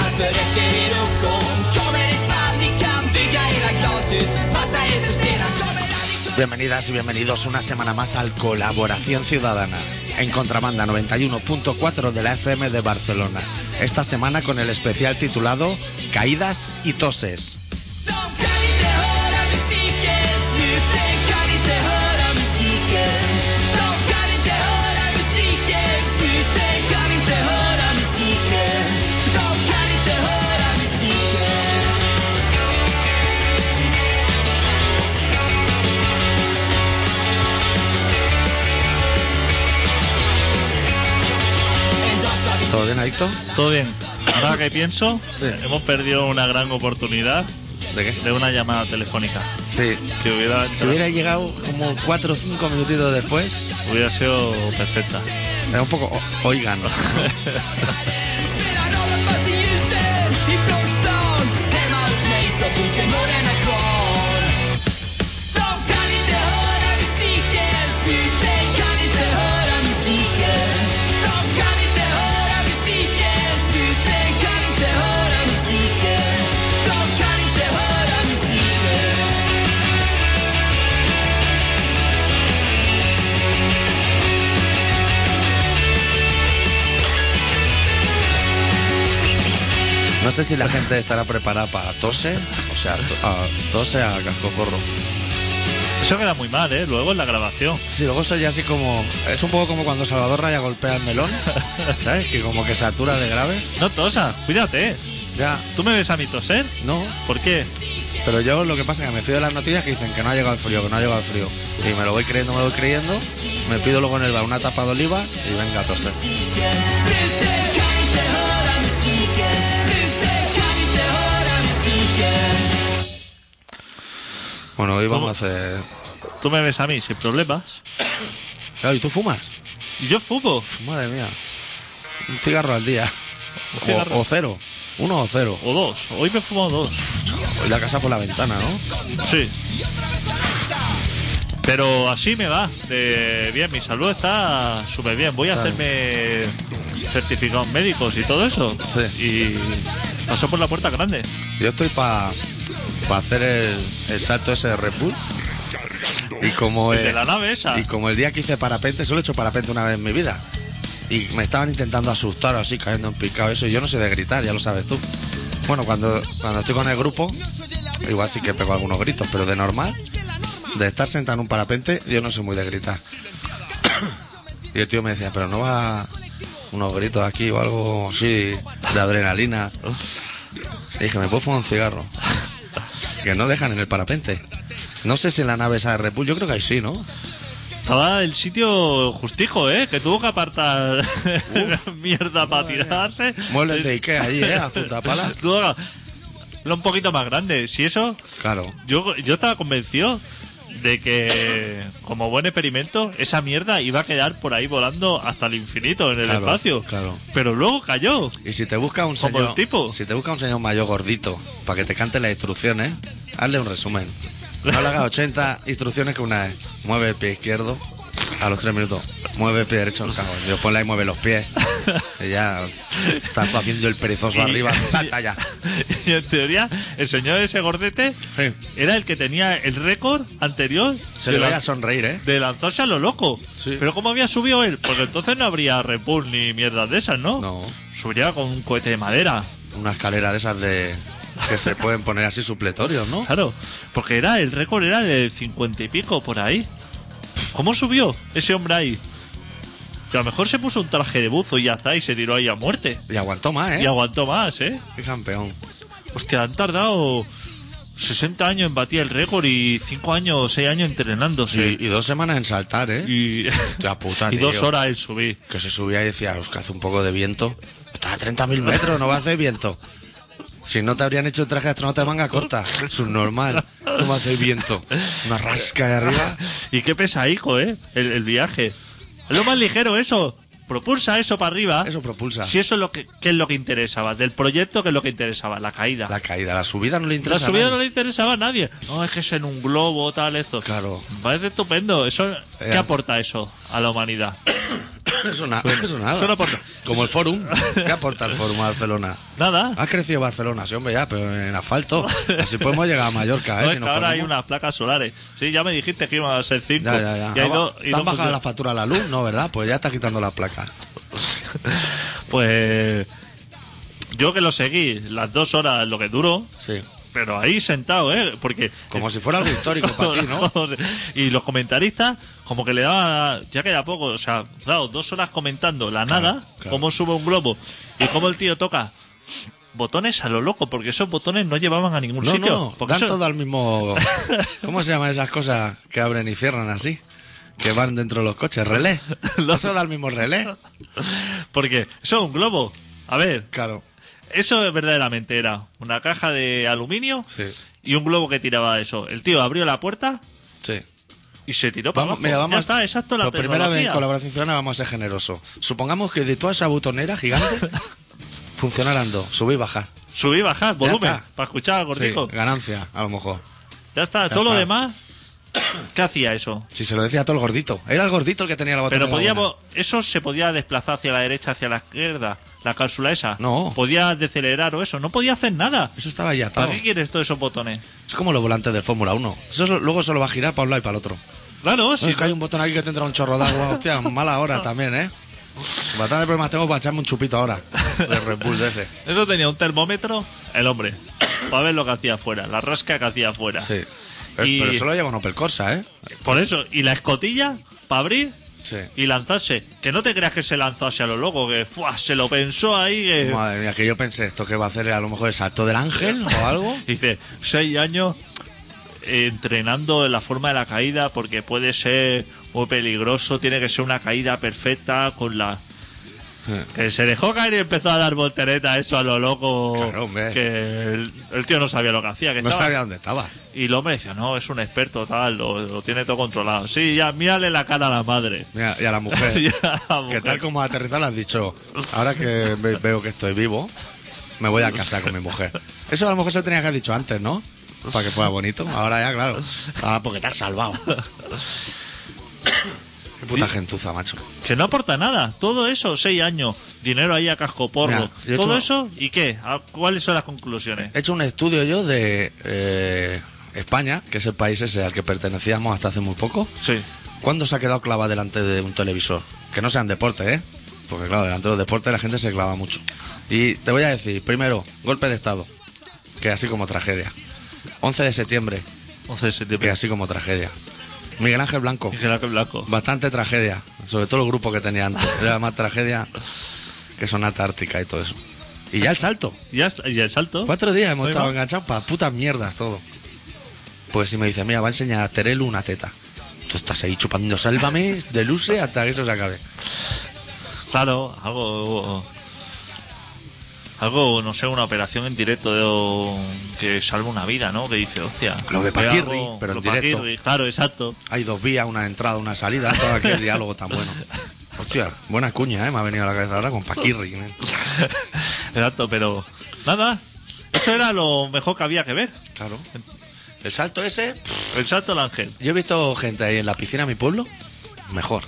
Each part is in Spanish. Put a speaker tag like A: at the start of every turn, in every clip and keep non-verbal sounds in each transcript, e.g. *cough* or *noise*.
A: röker och kom Kommer ifall ni kan bygga era glashus Passa er för stenar, kommer aldrig kunna
B: Bienvenidas y bienvenidos una semana más al Colaboración Ciudadana en Contrabanda 91.4 de la FM de Barcelona. Esta semana con el especial titulado Caídas y Toses.
A: De kan inte höra musiken, snuten kan inte höra musiken. De kan inte höra musiken, snuten kan inte höra musiken. De kan inte höra musiken. En dag ska vi
B: ¿Todo bien, Adicto?
C: Todo bien. Ahora que pienso, hemos perdido una gran oportunidad
B: ¿De qué?
C: de una llamada telefónica.
B: Sí.
C: Que hubiera,
B: Si hubiera llegado como 4 o 5 minutitos después,
C: hubiera sido perfecta.
B: era un poco... o- Oigan.
A: Spelar rollen fast i ljusen ifrån stan Hemma hos mig så finns det morgnarna kvar De kan inte höra musiken Snuten kan inte höra musiken De kan inte höra musiken Snuten kan inte höra musiken De kan inte höra musiken
B: No sé si la gente estará preparada para tose, o sea, to- a, tose a cascoporro.
C: Eso queda muy mal, ¿eh? Luego en la grabación.
B: Sí, luego soy así como... Es un poco como cuando Salvador Raya golpea el melón, ¿sabes? Que como que satura de grave.
C: No tosa, cuídate.
B: Ya,
C: ¿Tú me ves a mí toser?
B: no,
C: ¿Por qué?
B: Pero yo lo que pasa es que me fío de las noticias que dicen que no ha llegado el frío, que no ha llegado el frío. Y me lo voy creyendo, me lo voy creyendo. Me pido luego en el bar una tapa de oliva y venga a toser.
A: Snuten kan inte höra musiken Snuten kan inte höra musiken
B: Bueno, hoy vamos
C: ¿Cómo?
B: a hacer.
C: Tú me ves a mí sin problemas.
B: Claro, ¿y tú fumas?
C: Y yo fumo.
B: Madre mía. Un cigarro al día.
C: Un
B: O-
C: cigarro.
B: O, cero. Uno o cero.
C: O dos. Hoy me he fumado dos.
B: O la casa por la ventana, ¿no?
C: Sí. Pero así me va. De bien, mi salud está súper bien. Voy a
B: Claro.
C: hacerme certificados médicos y todo eso.
B: Sí.
C: Y paso por la puerta grande.
B: Yo estoy para hacer el, el salto ese de Red Bull. Y como
C: De
B: el-
C: la nave esa.
B: Y como el día que hice parapente, solo he hecho parapente una vez en mi vida. Y me estaban intentando asustar así, cayendo en picado, eso. Y yo no sé de gritar, ya lo sabes tú. Bueno, cuando, cuando estoy con el grupo, igual sí que pego algunos gritos, pero de normal, de estar sentado en un parapente, yo no soy muy de gritar. Y el tío me decía, pero no va unos gritos aquí o algo así de adrenalina. Le dije, ¿me puedo fumar un cigarro? Que no dejan en el parapente. No sé si en la nave esa de Red Bull, yo creo que ahí sí, ¿no?
C: Estaba el sitio justico, ¿eh? Que tuvo que apartar *laughs* mierda para tirarse.
B: Muebles
C: *laughs*
B: de Ikea allí, ¿eh? A puta pala.
C: Tuvo que- Era un poquito más grande. Si eso,
B: Claro.
C: yo, yo estaba convencido de que, como buen experimento, esa mierda iba a quedar por ahí volando hasta el infinito en el
B: Claro,
C: espacio.
B: claro.
C: Pero luego cayó. *laughs*
B: Y si te busca un
C: Como
B: señor.
C: el tipo.
B: Si te busca un señor mayor gordito para que te cante las instrucciones, hazle un resumen. No le
C: *laughs*
B: hagas 80 instrucciones que una es. Mueve el pie izquierdo a los 3 minutos. Mueve el pie derecho al cabo. Yo ponla y mueve los
C: *laughs*
B: pies. Y ya estás tú haciendo el perezoso
C: Y- *laughs*
B: arriba. Salta ya.
C: Y en teoría, el señor ese gordete
B: Sí.
C: era el que tenía el récord anterior
B: Se
C: de
B: le
C: la-
B: vaya a sonreír, ¿eh?
C: De lanzarse a lo loco.
B: Sí.
C: Pero ¿cómo había subido él? Porque entonces no habría repul ni mierda de esas, ¿no?
B: No.
C: Subiría con un cohete de madera.
B: Una escalera de esas de. que se pueden poner así supletorios, ¿no?
C: Claro. Porque era el récord era de 50 y pico por ahí. ¿Cómo subió ese hombre ahí? Que a lo mejor se puso un traje de buzo y ya está, y se tiró ahí a muerte.
B: Y aguantó más,
C: Y
B: ¿eh?
C: aguantó más, ¿eh?
B: Qué campeón.
C: Hostia, han tardado 60 años en batir el récord y 5 años o 6 años entrenándose.
B: Y, y dos semanas en saltar, ¿eh?
C: Y,
B: Hostia puta,
C: y dos
B: tío.
C: horas en subir.
B: que se subía y decía, os que hace un poco de viento. Está a 30.000 metros, no va a hacer viento. Si no te habrían hecho el traje de astronauta de manga corta, subnormal. No va a hacer viento. Una rasca de arriba.
C: Y qué pesaico, ¿eh? El, el viaje. Es lo más ligero eso. Propulsa eso para arriba.
B: Eso propulsa.
C: Si eso es lo que, ¿qué es lo que interesaba. Del proyecto, que es lo que interesaba? La caída.
B: La caída, la subida no le
C: La
B: interesa. a
C: subida no
B: nadie.
C: le interesaba a nadie. No, es que es en un globo, tal, esto.
B: Claro.
C: Me parece estupendo. Eso, ¿Qué
B: Eh,
C: aporta eso a la humanidad?
B: Eso, na-
C: Bueno,
B: eso nada.
C: eso no aporta.
B: Como el Forum. ¿Qué aporta el Forum a Barcelona?
C: Nada.
B: Ha crecido Barcelona, sí, hombre, ya, pero en asfalto. Así podemos llegar a Mallorca, ¿eh?
C: No,
B: Si
C: es
B: nos
C: que ahora hay
B: ponemos.
C: unas placas solares. Sí, ya me dijiste que iban a ser cinco.
B: Ya, ya, ya.
C: Y hay
B: Ah,
C: dos- y
B: ¿Te
C: dos
B: han bajado
C: funcionan.
B: la factura a la luz? No, ¿verdad? Pues ya está quitando la placa.
C: *laughs* Pues yo que lo seguí las dos horas lo que duró,
B: Sí.
C: pero ahí sentado, ¿eh? Porque
B: Como si fuera algo histórico
C: *laughs*
B: para ti, ¿no?
C: y los comentaristas como que le daban, ya que era poco, o sea, claro, dos horas comentando la nada,
B: claro.
C: cómo sube un globo y cómo el tío toca botones a lo loco, porque esos botones no llevaban a ningún
B: No,
C: sitio.
B: no,
C: porque
B: dan
C: eso-
B: todo al
C: *laughs*
B: mismo. ¿Cómo se llaman esas cosas que abren y cierran así? Que van dentro de los coches, relé.
C: *laughs* Los-
B: Eso da al mismo relé.
C: porque eso es un globo. A ver,
B: Claro.
C: Eso verdaderamente era una caja de aluminio
B: Sí.
C: y un globo que tiraba eso. El tío abrió la puerta
B: Sí.
C: y se tiró para
B: Vamos,
C: abajo.
B: mira, vamos.
C: Ya está, exacto la
B: por primera vez en
C: tecnología.
B: colaboración ciudadana vamos a ser generosos. Supongamos que de toda esa botonera
C: *laughs*
B: gigante funcionaran dos, subir y bajar.
C: Subí y bajar, volumen,
B: está.
C: para escuchar al
B: Sí,
C: cortijo.
B: ganancia, a lo mejor.
C: ya está, todo lo
B: está. *coughs*
C: demás. ¿Qué hacía eso?
B: Si se lo decía a todo el gordito. Era el gordito el que tenía la botonera.
C: Pero podíamos, eso se podía desplazar hacia la derecha, hacia la izquierda, la cápsula esa.
B: No.
C: Podía decelerar o eso, no podía hacer nada.
B: buena. Eso estaba ya atado.
C: ¿Para qué quieres todos esos botones?
B: Es como los volantes de Fórmula 1. Eso es lo- luego solo va a girar para un lado y para el otro.
C: Claro,
B: Si
C: sí.
B: que hay un botón aquí que tendrá un chorro de
C: *laughs*
B: agua. Hostia, mala hora también, ¿eh? Bastante problemas tengo para echarme un chupito
C: *laughs*
B: ahora. De Red Bull de ese.
C: Eso tenía un termómetro, el hombre, *coughs* para ver lo que hacía afuera, la rasca que hacía afuera.
B: Sí. Es-
C: Y-
B: Pero solo lleva un Opel Corsa, ¿eh?
C: Por eso, y la escotilla para abrir
B: Sí.
C: y lanzarse. Que no te creas que se lanzó hacia lo loco, que ¡fua! se lo pensó ahí. que-
B: Madre mía, que yo pensé esto que va a hacer a lo mejor el salto del
C: *laughs*
B: ángel o algo.
C: Dice, seis años eh, entrenando en la forma de la caída porque puede ser muy peligroso, tiene que ser una caída perfecta con la... Que se dejó caer y empezó a dar volteretas eso a lo loco.
B: Claro, hombre.
C: que el, el tío no sabía lo que hacía. Que
B: No
C: estaba-
B: sabía dónde estaba.
C: Y el hombre decía, no, es un experto tal, lo, lo tiene todo controlado. Sí, ya mírale la cara a la madre.
B: Mira, y a la mujer. *laughs*
C: *laughs* Y a la
B: Que
C: mujer.
B: tal como has aterrizado le has dicho, ahora que ve- veo que estoy vivo, me voy a casar con mi mujer. Eso a lo mejor se tenía que haber dicho antes, ¿no? Para que fuera bonito. Ahora ya, claro. Ah, porque te has salvado. Qué puta gentuza, macho.
C: Que no aporta nada. Todo eso, seis años, dinero ahí a cascoporro.
B: Mira, yo he
C: Todo
B: hecho-
C: eso, ¿y qué? ¿A- ¿Cuáles son las conclusiones?
B: He hecho un estudio yo de eh, España, que es el país ese al que pertenecíamos hasta hace muy poco.
C: Sí.
B: ¿Cuándo se ha quedado clava delante de un televisor? Que no sean deportes, ¿eh? Porque claro, delante de los deportes la gente se clava mucho. Y te voy a decir, primero, golpe de Estado, que así como tragedia. 11 de septiembre,
C: 11 de septiembre.
B: que así como tragedia. Miguel Ángel Blanco,
C: Ángel Ángel Blanco.
B: bastante tragedia, sobre todo el grupo que tenía antes. Era más tragedia que Sonata Ártica y todo eso. Y ya el salto.
C: ¿Y, ya- y el salto?
B: Cuatro días hemos
C: Ahí
B: estado
C: va.
B: enganchados para putas mierdas todo. Pues si me dice, mira, va a enseñar a Terelu una teta. Tú estás ahí chupando sálvame de luce hasta que eso se acabe.
C: Claro, algo. Algo, no sé, una operación en directo de, o- que salva una vida, ¿no? Que dice, hostia.
B: Lo de
C: que hago-
B: Paquirri, pero en
C: lo Paquirri,
B: directo.
C: Claro, exacto. *laughs*
B: Hay dos vías, una entrada, una salida, todo aquel diálogo tan bueno. Hostia, buena cuña, ¿eh? Me ha venido a la cabeza ahora con Paquirri. ¿eh?
C: exacto, pero. Nada. Eso era lo mejor que había que ver.
B: Claro. El salto ese, pff,
C: El salto del ángel.
B: yo he visto gente ahí en la piscina de mi pueblo, mejor.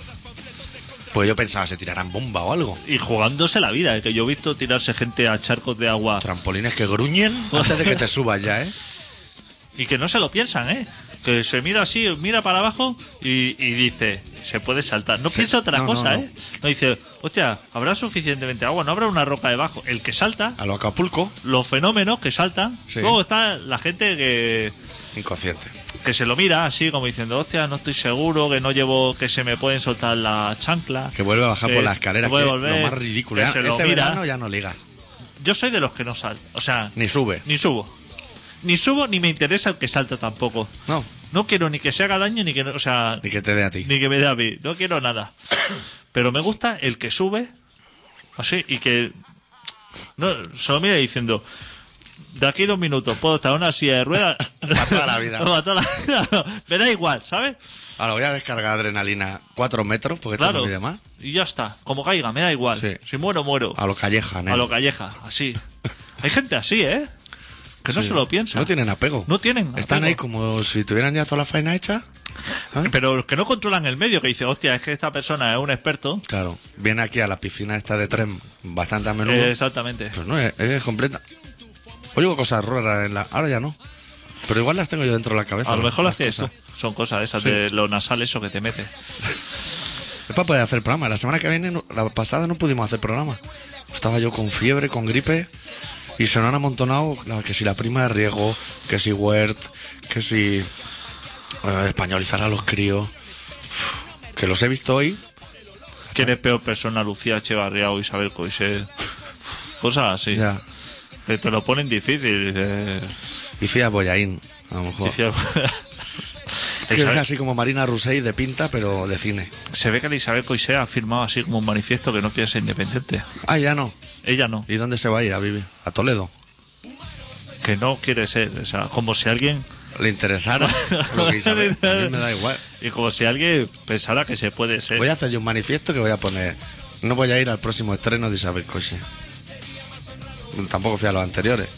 B: Pues yo pensaba, se tirarán bomba o algo.
C: Y jugándose la vida, ¿eh? que yo he visto tirarse gente a charcos de agua
B: Trampolines que gruñen antes de que te subas ya, ¿eh?
C: y que no se lo piensan, ¿eh? Que se mira así, mira para abajo y, y dice, se puede saltar. No
B: Sí.
C: piensa otra
B: No, no,
C: cosa,
B: no.
C: ¿eh? No dice, hostia, habrá suficientemente agua, no habrá una roca debajo. El que salta,
B: A lo Acapulco,
C: los fenómenos que saltan.
B: Sí.
C: Luego está la gente que,
B: inconsciente.
C: que se lo mira así, como diciendo, hostia, no estoy seguro, que no llevo, que se me pueden soltar las chanclas.
B: Que vuelve a bajar
C: que
B: por la escalera,
C: no
B: que
C: puede
B: es
C: volver,
B: lo más ridículo.
C: que
B: Ya-
C: se lo
B: ese
C: mira.
B: verano ya no ligas,
C: Yo soy de los que no salto. O sea,
B: ni sube.
C: Ni subo. Ni subo ni me interesa el que salta tampoco.
B: No,
C: No quiero ni que se haga daño ni que no- o sea,
B: ni que te dé a ti.
C: ni que me dé a mí. No quiero nada. Pero me gusta el que sube así y que no, se lo mira diciendo de aquí dos minutos puedo estar en una silla
B: *laughs*
C: de ruedas
B: Para toda la
C: *laughs*
B: vida.
C: Para toda la vida, *laughs* no. me da igual, ¿sabes?
B: Ahora voy a descargar adrenalina 4 metros, porque esto
C: Claro.
B: no mide más.
C: Y ya está. Como caiga, me da igual.
B: Sí.
C: Si muero, muero.
B: A lo calleja, ¿eh?
C: A lo calleja, así. Hay gente así, ¿eh? Que no se lo piensa.
B: No tienen apego.
C: No tienen
B: Están
C: apego.
B: ahí como si tuvieran ya toda la faena hecha. ¿Eh?
C: Pero los que no controlan el medio, que dice, hostia, es que esta persona es un experto.
B: Claro, viene aquí a la piscina esta de tren bastante a menudo.
C: Eh, exactamente.
B: Pues no, es, es completa. Oigo cosas raras en la. Ahora ya no. Pero igual las tengo yo dentro de la cabeza.
C: A lo
B: ¿no?
C: mejor lo hace
B: cosas.
C: esto. Son cosas de esas de lo nasal eso que te metes.
B: Es para poder hacer programa. La semana que viene, no- la pasada no pudimos hacer programa. Estaba yo con fiebre, con gripe. Y se nos han amontonado la- que si la prima de riesgo, que si Word, que si eh, españolizar a los críos. Uf, Que los he visto hoy.
C: ¿Quién es peor persona, Lucía Echevarría o Isabel Coixet? Cosas así.
B: Ya.
C: Que te lo ponen difícil. dices,
B: Y Fia Boyaín, a lo mejor.
C: dice-
B: Que es
C: Isabel-
B: así como Marina Rusey de pinta, pero de cine.
C: *laughs* se ve que la Isabel Coixet ha firmado así como un manifiesto que no quiere ser independiente.
B: Ah, ya no.
C: Ella no,
B: ¿Y dónde se va a ir a vivir? A Toledo.
C: que no quiere ser. O sea, como si alguien.
B: Le interesara lo que Isabel. A mí me da igual.
C: Y como si alguien pensara que se puede ser.
B: Voy a hacer yo un manifiesto que voy a poner. No voy a ir al próximo estreno de Isabel Coixet. Tampoco fui a los anteriores.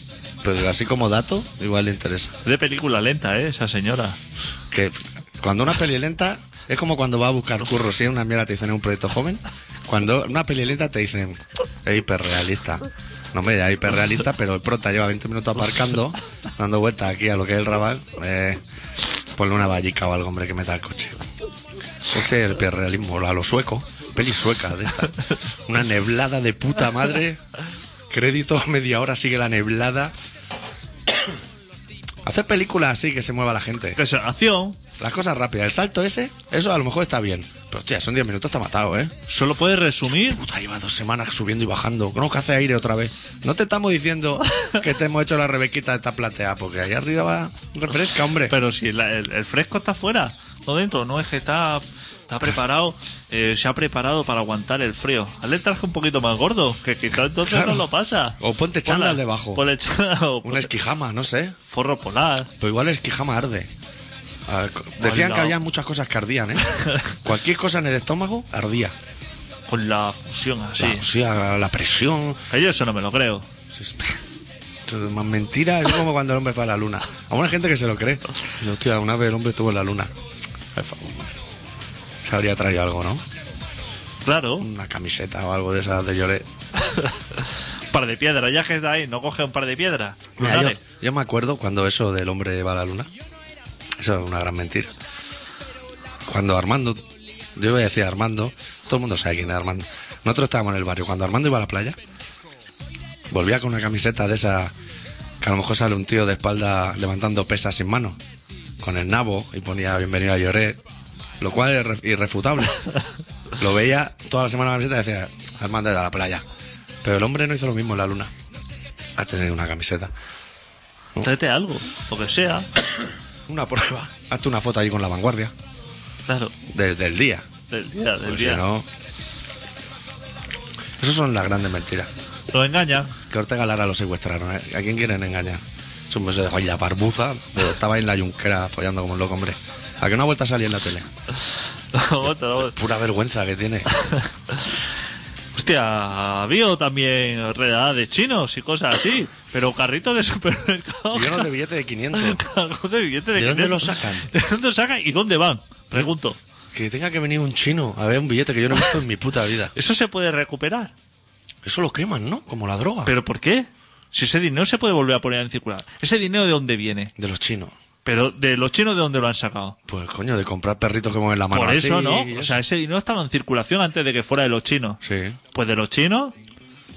B: Pero así como dato, igual le interesa.
C: De película lenta, ¿eh? Esa señora.
B: Que cuando una peli lenta es como cuando vas a buscar curro. Si es una mierda, te dicen es un proyecto joven. Cuando una peli lenta te dicen es hiperrealista. No me es hiperrealista, pero el prota lleva 20 minutos aparcando, dando vueltas aquí a lo que es el rabal. Eh, ponle una vallica o algo, hombre, que meta el coche. Este es el hiperrealismo, a lo sueco. Peli sueca de esta. Una neblada de puta madre. Crédito a media hora, sigue la neblada. Hacer películas así que se mueva la gente.
C: Que es acción.
B: Las cosas rápidas. El salto ese, eso a lo mejor está bien. Pero hostia, son 10 minutos, está matado, ¿eh?
C: Solo puede resumir.
B: Puta, lleva dos semanas subiendo y bajando. No, que hace aire otra vez. No te estamos diciendo que te hemos hecho la rebequita de esta platea, porque allá arriba va refresca, hombre.
C: Pero si la- el, el fresco está fuera, no dentro, no es que está, está preparado, eh, se ha preparado para aguantar el frío. Hazle el traje un poquito más gordo, que quizás entonces
B: Claro.
C: no lo pasa.
B: O ponte chándal debajo.
C: Ponle chándal, *laughs* o
B: Una
C: ponte
B: esquijama, no sé.
C: forro polar.
B: Pero igual el esquijama arde. A ver, co- decían
C: no.
B: que había muchas cosas que ardían, ¿eh? Cualquier cosa en el estómago ardía.
C: Con la fusión así.
B: La, sí, a la presión.
C: Que yo eso no me lo creo.
B: Sí, sí. Esto Pues es *laughs* más mentira, es como cuando el hombre fue a la luna. A una gente que se lo cree. Yo, hostia, una vez el hombre estuvo en la luna. Por favor. Se habría traído algo, ¿no?
C: Claro, un
B: Una camiseta o algo de esas de Lloret.
C: par de piedras. Ya que está ahí, no coge un par de piedras. Pues
B: Mira, yo,
C: Dale.
B: yo me acuerdo cuando eso del hombre va a la luna. Eso es una gran mentira. Cuando Armando, yo voy a decir Armando, todo el mundo sabe quién es Armando. Nosotros estábamos en el barrio. Cuando Armando iba a la playa, volvía con una camiseta de esa que a lo mejor sale un tío de espalda levantando pesas sin mano, con el nabo y ponía bienvenido a Lloret, lo cual es irre- irrefutable. lo veía toda la semana en la camiseta y decía, Armando es de la playa. Pero el hombre no hizo lo mismo en la luna. Ha tenido una camiseta. Mm.
C: Tráete algo, lo que sea.
B: Una prueba. Hazte una foto ahí con la vanguardia.
C: Claro,
B: Desde el día.
C: del día, del
B: Porque Pues Si
C: día.
B: no. Esas son las grandes mentiras.
C: Lo engañan. *laughs*
B: Que Ortega Lara lo secuestraron. ¿eh? ¿A quién quieren engañar? Eso me se dejó ahí la barbuza. Pero estaba ahí en la yunquera follando como un loco, hombre. A que no ha vuelto a salir en la tele.
C: Otra, otra.
B: Pura vergüenza que
C: *laughs*
B: tiene.
C: Hostia, había también redadas de chinos y cosas así, pero carritos de supermercado.
B: Y llenos *laughs* de billetes de 500.
C: cargos de billetes de
B: ¿De dónde
C: 500.
B: lo sacan?
C: *laughs* ¿De dónde lo sacan y dónde van? Pregunto.
B: Que tenga que venir un chino a ver un billete que yo no he visto en mi puta vida.
C: Eso se puede recuperar.
B: Eso lo queman, ¿no? Como la droga.
C: ¿Pero por qué? Si ese dinero se puede volver a poner en circular. ¿Ese dinero de dónde viene?
B: De los chinos.
C: Pero de los chinos de dónde lo han sacado.
B: Pues coño, de comprar perritos que mueven la mano
C: Por eso,
B: así,
C: ¿no?
B: y
C: O sea, ese dinero estaba en circulación antes de que fuera de los chinos.
B: Sí.
C: Pues de los chinos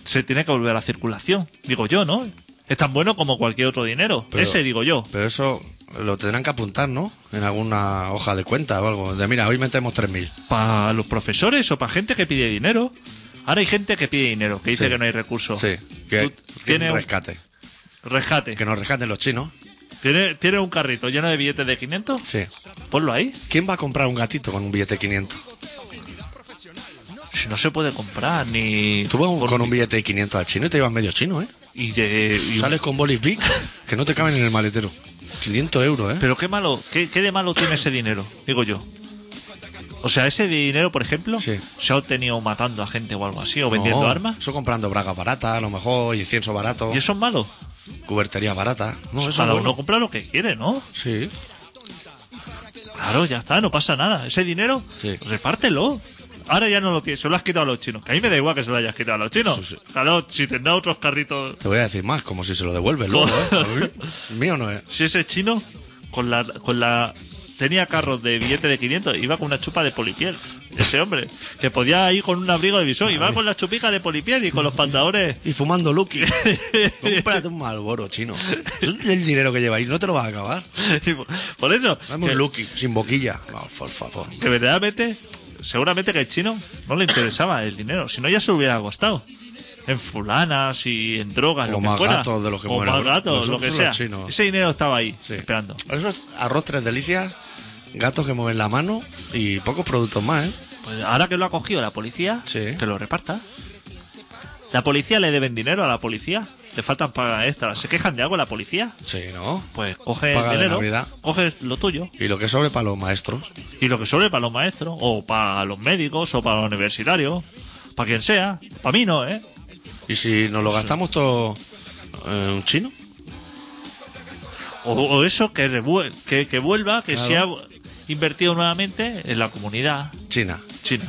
C: se tiene que volver a la circulación. Digo yo, ¿no? Es tan bueno como cualquier otro dinero.
B: Pero-
C: ese digo yo.
B: Pero eso lo tendrán que apuntar, ¿no? En alguna hoja de cuenta o algo. De mira, hoy metemos 3.000.
C: para los profesores o para gente que pide dinero. Ahora hay gente que pide dinero, que dice
B: Sí.
C: que no hay recursos.
B: Sí. Que,
C: Tú
B: que
C: tiene, un,
B: rescate.
C: rescate.
B: Que nos rescaten los chinos.
C: ¿Tiene, tiene un carrito lleno de billetes de 500.
B: Sí.
C: Ponlo ahí.
B: ¿Quién va a comprar un gatito con un billete de 500?
C: Si no se puede comprar ni.
B: Tú vas un-
C: por-
B: con un billete de 500 al chino y te llevas medio chino, ¿eh?
C: y de- y-
B: Sales con bolis big que no te caben en el maletero. 500 euros, ¿eh?
C: Pero qué malo, qué, qué de malo tiene ese dinero, digo yo. O sea, ese dinero, por ejemplo,
B: Sí.
C: se ha obtenido matando a gente o algo así, o vendiendo
B: No,
C: armas.
B: Eso comprando bragas baratas, a lo mejor, incienso barato,
C: Y eso es malo.
B: cubertería barata. No, eso es
C: Cada
B: bueno.
C: uno compra lo que quiere, ¿no?
B: Sí.
C: Claro, ya está, no pasa nada. Ese dinero,
B: Sí.
C: repártelo. Ahora ya no lo tienes, se lo has quitado a los chinos. Que a mí me da igual que se lo hayas quitado a los chinos.
B: Sí, sí.
C: Claro, si tendrá otros carritos.
B: Te voy a decir más, como si se lo
C: *laughs*
B: devuelves luego, ¿eh? Uy, Mío no es.
C: Si ese chino con la, con la tenía carros de billete de 500, iba con una chupa de polipiel. Ese hombre, que podía ir con un abrigo de visor, iba con la chupica de polipiel y con los pantalones. *laughs*
B: Y fumando Lucky. Cómprate un malboro chino. Eso es el dinero que lleváis, no te lo vas a acabar.
C: Y por- Por eso,
B: Dame
C: que-
B: un Lucky, sin boquilla. No, por favor.
C: que verdaderamente, seguramente que el chino no le interesaba el dinero, si no ya se lo hubiera gastado. En fulanas y en drogas,
B: O
C: lo que
B: más
C: fuera.
B: gatos de los que
C: o
B: mueren.
C: más
B: Los
C: gatos, lo que
B: son
C: sea.
B: los chinos.
C: Ese dinero estaba ahí,
B: Sí.
C: esperando.
B: Eso es arroz tres delicias, gatos que mueven la mano y pocos productos más, ¿eh?
C: Pues ahora que lo ha cogido la policía,
B: Sí.
C: que lo reparta. La policía le deben dinero a la policía. Le faltan pagas extras. ¿Se quejan de algo la policía?
B: Sí, ¿no?
C: Pues coge
B: Paga de
C: el dinero,
B: Navidad.
C: coge lo tuyo
B: Y lo que sobre para los maestros.
C: y lo que sobre para los maestros, o para los médicos, o para los universitarios, para quien sea. Para mí no, ¿eh?
B: Y si nos lo gastamos todo en un chino.
C: O, o eso que, revuel- que, que vuelva, que
B: Claro.
C: sea invertido nuevamente en la comunidad
B: China.
C: china,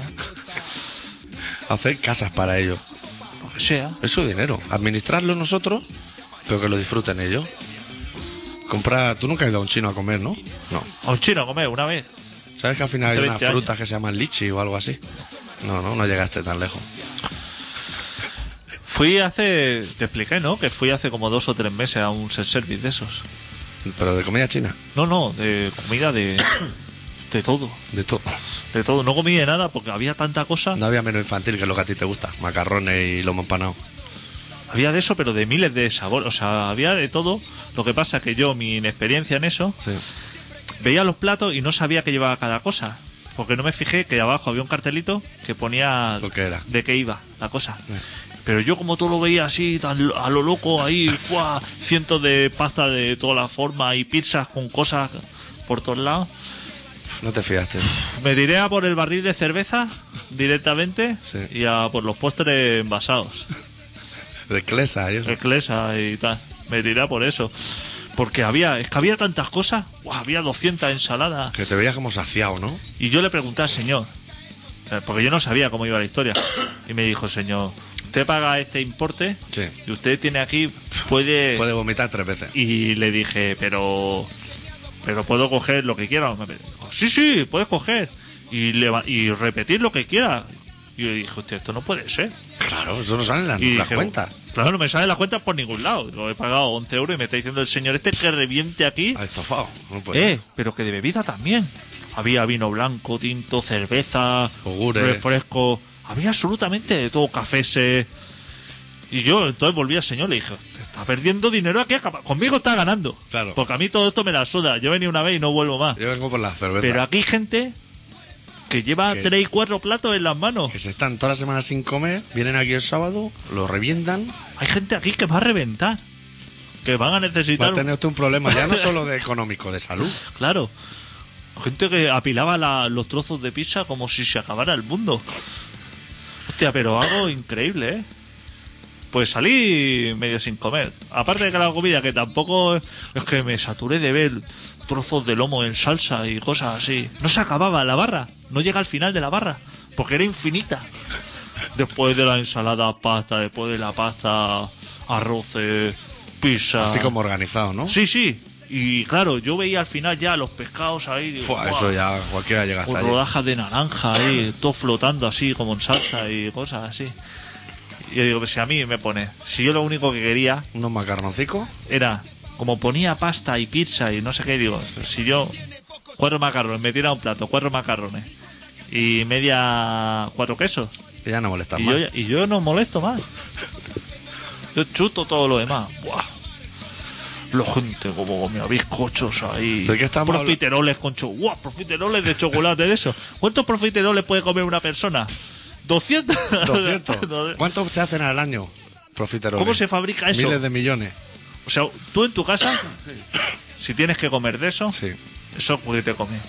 B: Hacer casas para ellos.
C: lo que sea.
B: Es su dinero. Administrarlo nosotros, pero que lo disfruten ellos. Compra. Tú nunca has ido a un chino a comer, ¿no? No.
C: A un chino a comer una vez.
B: ¿Sabes que al final hay
C: Hace
B: unas
C: 20 años.
B: frutas que se llaman lichi o algo así? No, no, no llegaste tan lejos.
C: Fui hace, te expliqué, ¿no? Que fui hace como dos o tres meses a un self-service de esos.
B: Pero de comida china,
C: No, no, de comida de. *coughs* de todo.
B: de
C: *laughs*
B: todo.
C: De todo. No comí de nada porque había tanta cosa.
B: No había menú infantil, que es lo que a ti te gusta. Macarrones y lomo empanado.
C: Había de eso, pero de miles de sabores. O sea, había de todo. Lo que pasa que yo, mi inexperiencia en eso,
B: Sí.
C: veía los platos y no sabía qué llevaba cada cosa. Porque no me fijé que abajo había un cartelito que ponía
B: Lo que era. Eh.
C: de qué iba la cosa. Pero yo como todo lo veía así, tan lo- a lo loco, ahí, ¡fua! cientos de pasta de todas las formas y pizzas con cosas por todos lados.
B: No te fiaste.
C: Me diré a por el barril de cerveza directamente
B: Sí.
C: y a por los
B: *laughs*
C: postres envasados,
B: Reclesa y eso.
C: reclesa y tal. Me diré a por eso. Porque había, es que había tantas cosas, ¡guau! había 200 ensaladas.
B: Que te veías como saciado, ¿no?
C: Y yo le pregunté al señor, eh, porque yo no sabía cómo iba
B: *coughs*
C: la historia. Y me dijo, señor, usted paga este importe
B: Sí.
C: y usted tiene aquí, puede...
B: Puedes vomitar tres veces.
C: Y le dije, pero... Pero puedo coger lo que quiera. Me dijo, sí, sí, puedes coger. Y, leva- y repetir lo que quiera. Y yo dije, usted, esto no puede ser.
B: Claro, eso no sale en las,
C: Y
B: las
C: dije,
B: cuentas.
C: Claro, no me salen las cuentas por ningún lado. Digo, he pagado 11 euros y me está diciendo el señor este que reviente aquí.
B: Ha estofado. No puede.
C: Eh, pero que de bebida también. Había vino blanco, tinto, cerveza,
B: Yogures.
C: refresco. Había absolutamente de todo, cafés. eh. Y yo entonces volví al señor y le dije, "Te está perdiendo dinero aquí, acaba- conmigo está ganando.
B: Claro.
C: Porque a mí todo esto me la suda. Yo vení una vez y no vuelvo más.
B: Yo vengo por las cervezas.
C: Pero aquí hay gente que lleva
B: Que-
C: tres y cuatro platos en las manos.
B: Que se están toda la semana sin comer, vienen aquí el sábado, lo revientan.
C: Hay gente aquí que va a reventar. Que van a
B: Va
C: necesitar
B: a
C: un-
B: tener usted un problema, ya no solo de económico, de salud.
C: Claro. Gente que apilaba la- los trozos de pizza como si se acabara el mundo. Hostia, pero algo increíble, ¿eh? Pues salí medio sin comer. Aparte de que la comida, que tampoco es es que me saturé de ver trozos de lomo en salsa y cosas así. No se acababa la barra. No llega al final de la barra. Porque era infinita. Después de la ensalada, pasta. Después de la pasta, arroces, pizza.
B: Así como organizado, ¿no?
C: Sí, sí. Y claro, yo veía al final ya los pescados ahí. digo,
B: Fua,
C: "Buah",
B: eso ya cualquiera llega
C: Con
B: hasta allí.
C: rodajas de naranja ahí, todo flotando así, como en salsa y cosas así. Y yo digo, pues si a mí me pone, si yo lo único que quería
B: Unos macarroncicos.
C: era, como ponía pasta y pizza y no sé qué, digo, "Pues si yo cuatro macarrones, me tira un plato, cuatro macarrones y media, cuatro quesos,
B: Que ya no molestan
C: y yo,
B: más.
C: y yo no molesto más. Yo chuto todo lo demás. Buah. La gente como comía bizcochos ahí.
B: ¿De qué estamos
C: profiteroles con cho Buah, profiteroles de chocolate de eso. ¿Cuántos profiteroles puede comer una persona? 200.
B: *laughs*
C: *laughs*
B: 200. ¿Cuántos se hacen al año? Profiteroles.
C: ¿Cómo se fabrica eso?
B: Miles de millones.
C: O sea, tú en tu casa, si tienes que comer de eso,
B: Sí.
C: eso puede te comer.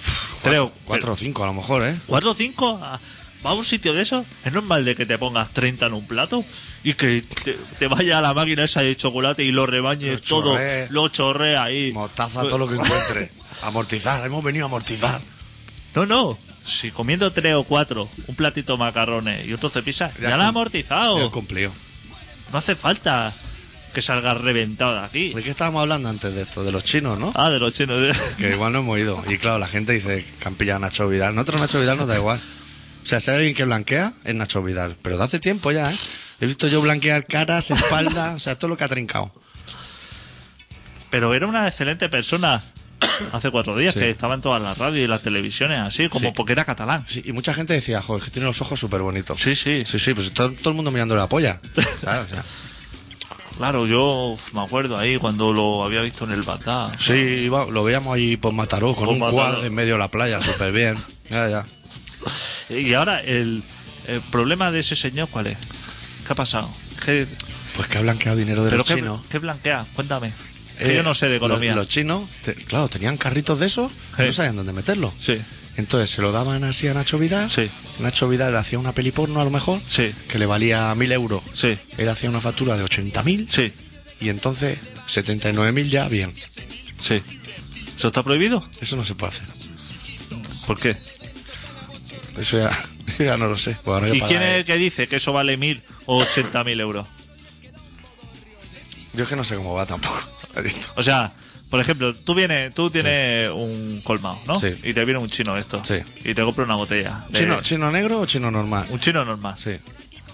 C: Creo.
B: Cuatro o cinco a lo mejor, ¿eh?
C: ¿Cuatro o cinco? Ah, ¿Va a un sitio de eso? ¿Es normal de que te pongas 30 en un plato? Y que te, te vaya a la máquina esa de chocolate y lo rebañes
B: Lo
C: todo,
B: chorree.
C: lo chorrea ahí.
B: Mostaza, todo lo que encuentre. Amortizar, hemos venido a amortizar.
C: *laughs* No, no. Si comiendo tres o cuatro, un platito de macarrones y otro cepisa, ya,
B: Ya
C: la ha
B: cum-
C: amortizado.
B: Hemos cumplido.
C: No hace falta que salga reventado de aquí.
B: ¿De qué estábamos hablando antes de esto? De los chinos, ¿no?
C: Ah, de los chinos. de- *laughs*
B: Que igual no hemos ido. Y claro, la gente dice que han pillado a Nacho Vidal. Nosotros Nacho Vidal nos da igual. O sea, si hay alguien que blanquea, es Nacho Vidal. Pero de hace tiempo ya, ¿eh? He visto yo blanquear caras, espaldas, o sea, todo lo que ha trincado.
C: Pero era una excelente persona hace cuatro días
B: Sí.
C: que estaba en todas las radios y las televisiones, así como
B: Sí.
C: porque era catalán.
B: Sí, y mucha gente decía, joder, que tiene los ojos súper bonitos.
C: Sí, sí.
B: Sí, sí, pues todo, todo el mundo mirando la
C: *laughs*
B: polla. Claro, o sea,
C: Claro, yo uf, me acuerdo ahí cuando lo había visto en el Bagdad.
B: sí, iba- lo veíamos ahí por Mataró, con
C: Por
B: un
C: Mataró.
B: cuadro en medio de la playa, súper bien. Ya, ya.
C: Y ahora el, el problema de ese señor, ¿cuál es? ¿Qué ha pasado? ¿Qué,
B: Pues que ha blanqueado dinero de
C: ¿Pero
B: los
C: qué,
B: chinos.
C: qué blanquea? Cuéntame. Que
B: Eh,
C: yo no sé de
B: los-
C: economía.
B: Los, chinos, te- claro, tenían carritos de esos,
C: Sí.
B: no sabían dónde meterlo.
C: Sí.
B: Entonces se lo daban así a Nacho Vidal.
C: Sí.
B: Nacho Vidal hacía una peli porno a lo mejor,
C: Sí.
B: que le valía mil euros.
C: Sí.
B: Él hacía una factura de 80.000
C: Sí,
B: y entonces 79.000 ya bien.
C: sí. ¿Eso está prohibido?
B: Eso no se puede hacer.
C: ¿Por qué?
B: Eso ya, *laughs* eso ya no lo sé. Pues ahora hay que
C: ¿Y quién
B: pagar
C: es el que dice que eso vale mil o ochenta mil euros?
B: el- Yo es que no sé cómo va tampoco. *laughs* Adicto.
C: O sea, por ejemplo, tú vienes, tú tienes un colmado, ¿no?
B: Sí.
C: Y te viene un chino esto.
B: Sí.
C: Y te compra una botella. de-
B: ¿Chino, ¿Chino negro o chino normal?
C: Un chino normal.
B: Sí,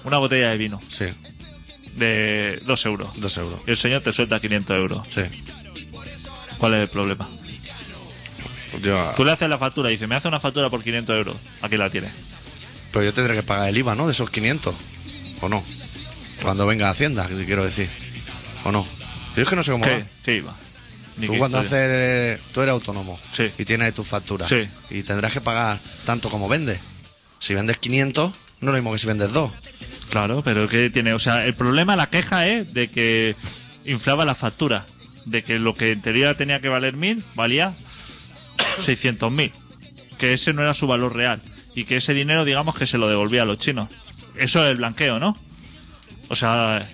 C: Una botella de vino
B: sí,
C: de dos euros.
B: dos euros.
C: Y el señor te suelta 500 euros.
B: Sí.
C: ¿Cuál es el problema?
B: Yo-
C: Tú le haces la factura y dices, me hace una factura por 500 euros. Aquí la tienes.
B: pero yo tendré que pagar el IVA, ¿no? De esos 500. ¿O no? Cuando venga Hacienda, que te quiero decir. ¿O no? Yo es que no sé cómo va.
C: ¿Qué? ¿Qué iba? Ni
B: Tú
C: qué
B: cuando
C: historia.
B: haces, tú eres autónomo
C: Sí.
B: y tienes tus facturas
C: Sí.
B: y tendrás que pagar tanto como vendes. Si vendes 500, no es lo mismo que si vendes 2.
C: Claro, pero ¿qué tiene? O sea, el problema, la queja es de que inflaba la factura. De que lo que en teoría tenía que valer mil, valía 600.000. Que ese no era su valor real. Y que ese dinero, digamos, que se lo devolvía a los chinos. Eso es el blanqueo, ¿no? O sea,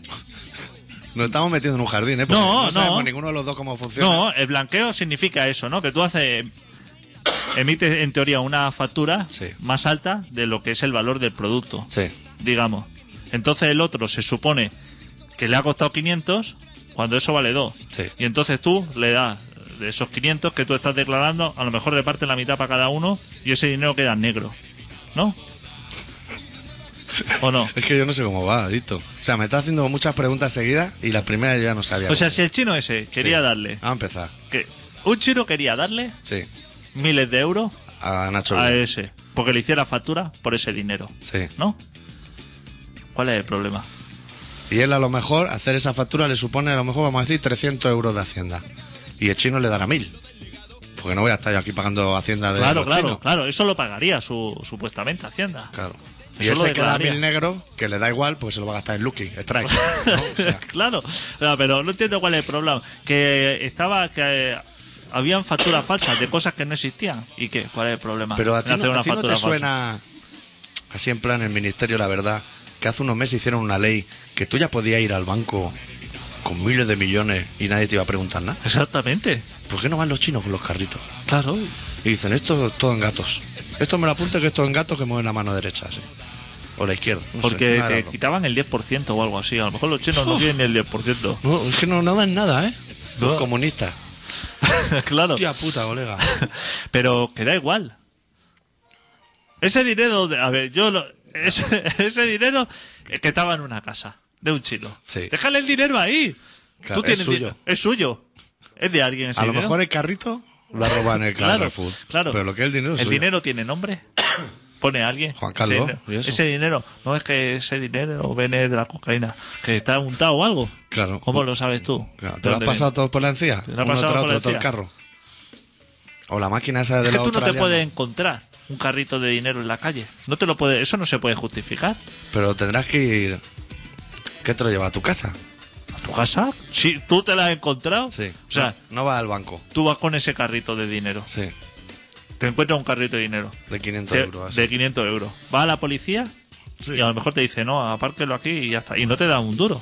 B: Nos estamos metiendo en un jardín, ¿eh? Porque
C: No, no.
B: sabemos ninguno de los dos cómo funciona.
C: no, el blanqueo significa eso, ¿no? Que tú haces. Emites en teoría una factura
B: Sí.
C: más alta de lo que es el valor del producto.
B: Sí,
C: digamos. Entonces el otro se supone que le ha costado 500 cuando eso vale 2.
B: Sí.
C: Y entonces tú le das de esos 500 que tú estás declarando, a lo mejor reparte la mitad para cada uno y ese dinero queda en negro. ¿No?
B: *laughs*
C: ¿O no?
B: es que yo no sé cómo va, Adicto. O sea, me está haciendo muchas preguntas seguidas y la primera ya no sabía.
C: O sea, si el chino ese quería darle,
B: Vamos a empezar.
C: que un chino quería darle
B: Sí,
C: miles de euros
B: a Nacho.
C: a
B: Vidal.
C: ese, porque le hiciera factura por ese dinero,
B: Sí.
C: ¿no? ¿Cuál es el problema?
B: Y él a lo mejor, hacer esa factura le supone a lo mejor, vamos a decir, 300 euros de Hacienda. Y el chino le dará 1000. Porque no voy a estar yo aquí pagando Hacienda de
C: Claro,
B: los
C: claro,
B: chinos.
C: claro, eso lo pagaría su supuestamente Hacienda.
B: Claro. Y
C: Eso
B: él
C: lo
B: se queda a
C: declararía.
B: mil negros, que le da igual, pues se lo va a gastar en Lucky,
C: *laughs*
B: Strike. ¿no? O sea,
C: claro, No, pero no entiendo cuál es el problema. Que estaba que eh, habían facturas falsas de cosas que no existían. ¿Y qué? ¿Cuál es el problema?
B: pero a
C: de
B: ti,
C: Ah, hacer
B: no, a
C: una
B: ti no te
C: factura falsa?
B: suena, así en plan el Ministerio, la verdad, que hace unos meses hicieron una ley que tú ya podías ir al banco con miles de millones y nadie te iba a preguntar nada.
C: Exactamente.
B: ¿Por qué no van los chinos con los carritos?
C: Claro.
B: Y dicen, esto es todo en gatos. Esto me lo apunta que esto es en gatos que mueven la mano derecha, así. O la izquierda. no sé,
C: Porque
B: nada de
C: te
B: las dos.
C: quitaban el 10% o algo así. A lo mejor los chinos no tienen el 10%.
B: No, es que no, no dan nada, ¿eh?
C: No.
B: Los comunistas.
C: *laughs* claro.
B: Tía puta,
C: *laughs*
B: colega.
C: Pero que da igual. Ese dinero, de- a ver, yo lo- ese, *laughs* ese dinero eh, que estaba en una casa de un chino.
B: Sí.
C: Déjale el dinero ahí.
B: Claro, es
C: tienes
B: suyo.
C: dinero. Es suyo. Es de alguien ese
B: A lo
C: dinero.
B: mejor el carrito lo roban en el
C: Claro,
B: Carrefour.
C: claro.
B: Pero lo que es el dinero es
C: El
B: suyo.
C: dinero
B: *coughs*
C: tiene nombre. Pone alguien.
B: Juan Carlos,
C: Ese dinero-
B: ¿y eso?
C: Ese dinero. No es que ese dinero viene de la cocaína. Que está untado o algo.
B: Claro.
C: ¿Cómo lo sabes tú?
B: Claro, ¿Te lo has
C: ¿Dónde
B: pasado
C: viene?
B: todo por la encía?
C: lo has
B: Uno
C: pasado
B: tras
C: por la
B: otro, todo el
C: encía.
B: carro. O la máquina esa de
C: Es que
B: la
C: tú no te
B: australiana.
C: puedes encontrar un carrito de dinero en la calle. No te lo puede, eso no se puede justificar.
B: Pero tendrás que ir. ¿Qué te lo lleva a tu casa?
C: ¿A tu casa? Sí, tú te la has encontrado. O sea,
B: no, no vas al banco.
C: tú vas con ese carrito de dinero.
B: Sí.
C: Te encuentras un carrito de dinero.
B: De 500
C: Te-
B: euros. así.
C: de 500 euros. Va a la policía
B: Sí.
C: y a lo mejor te dice, no, apárquelo aquí y ya está. Y no te da un duro.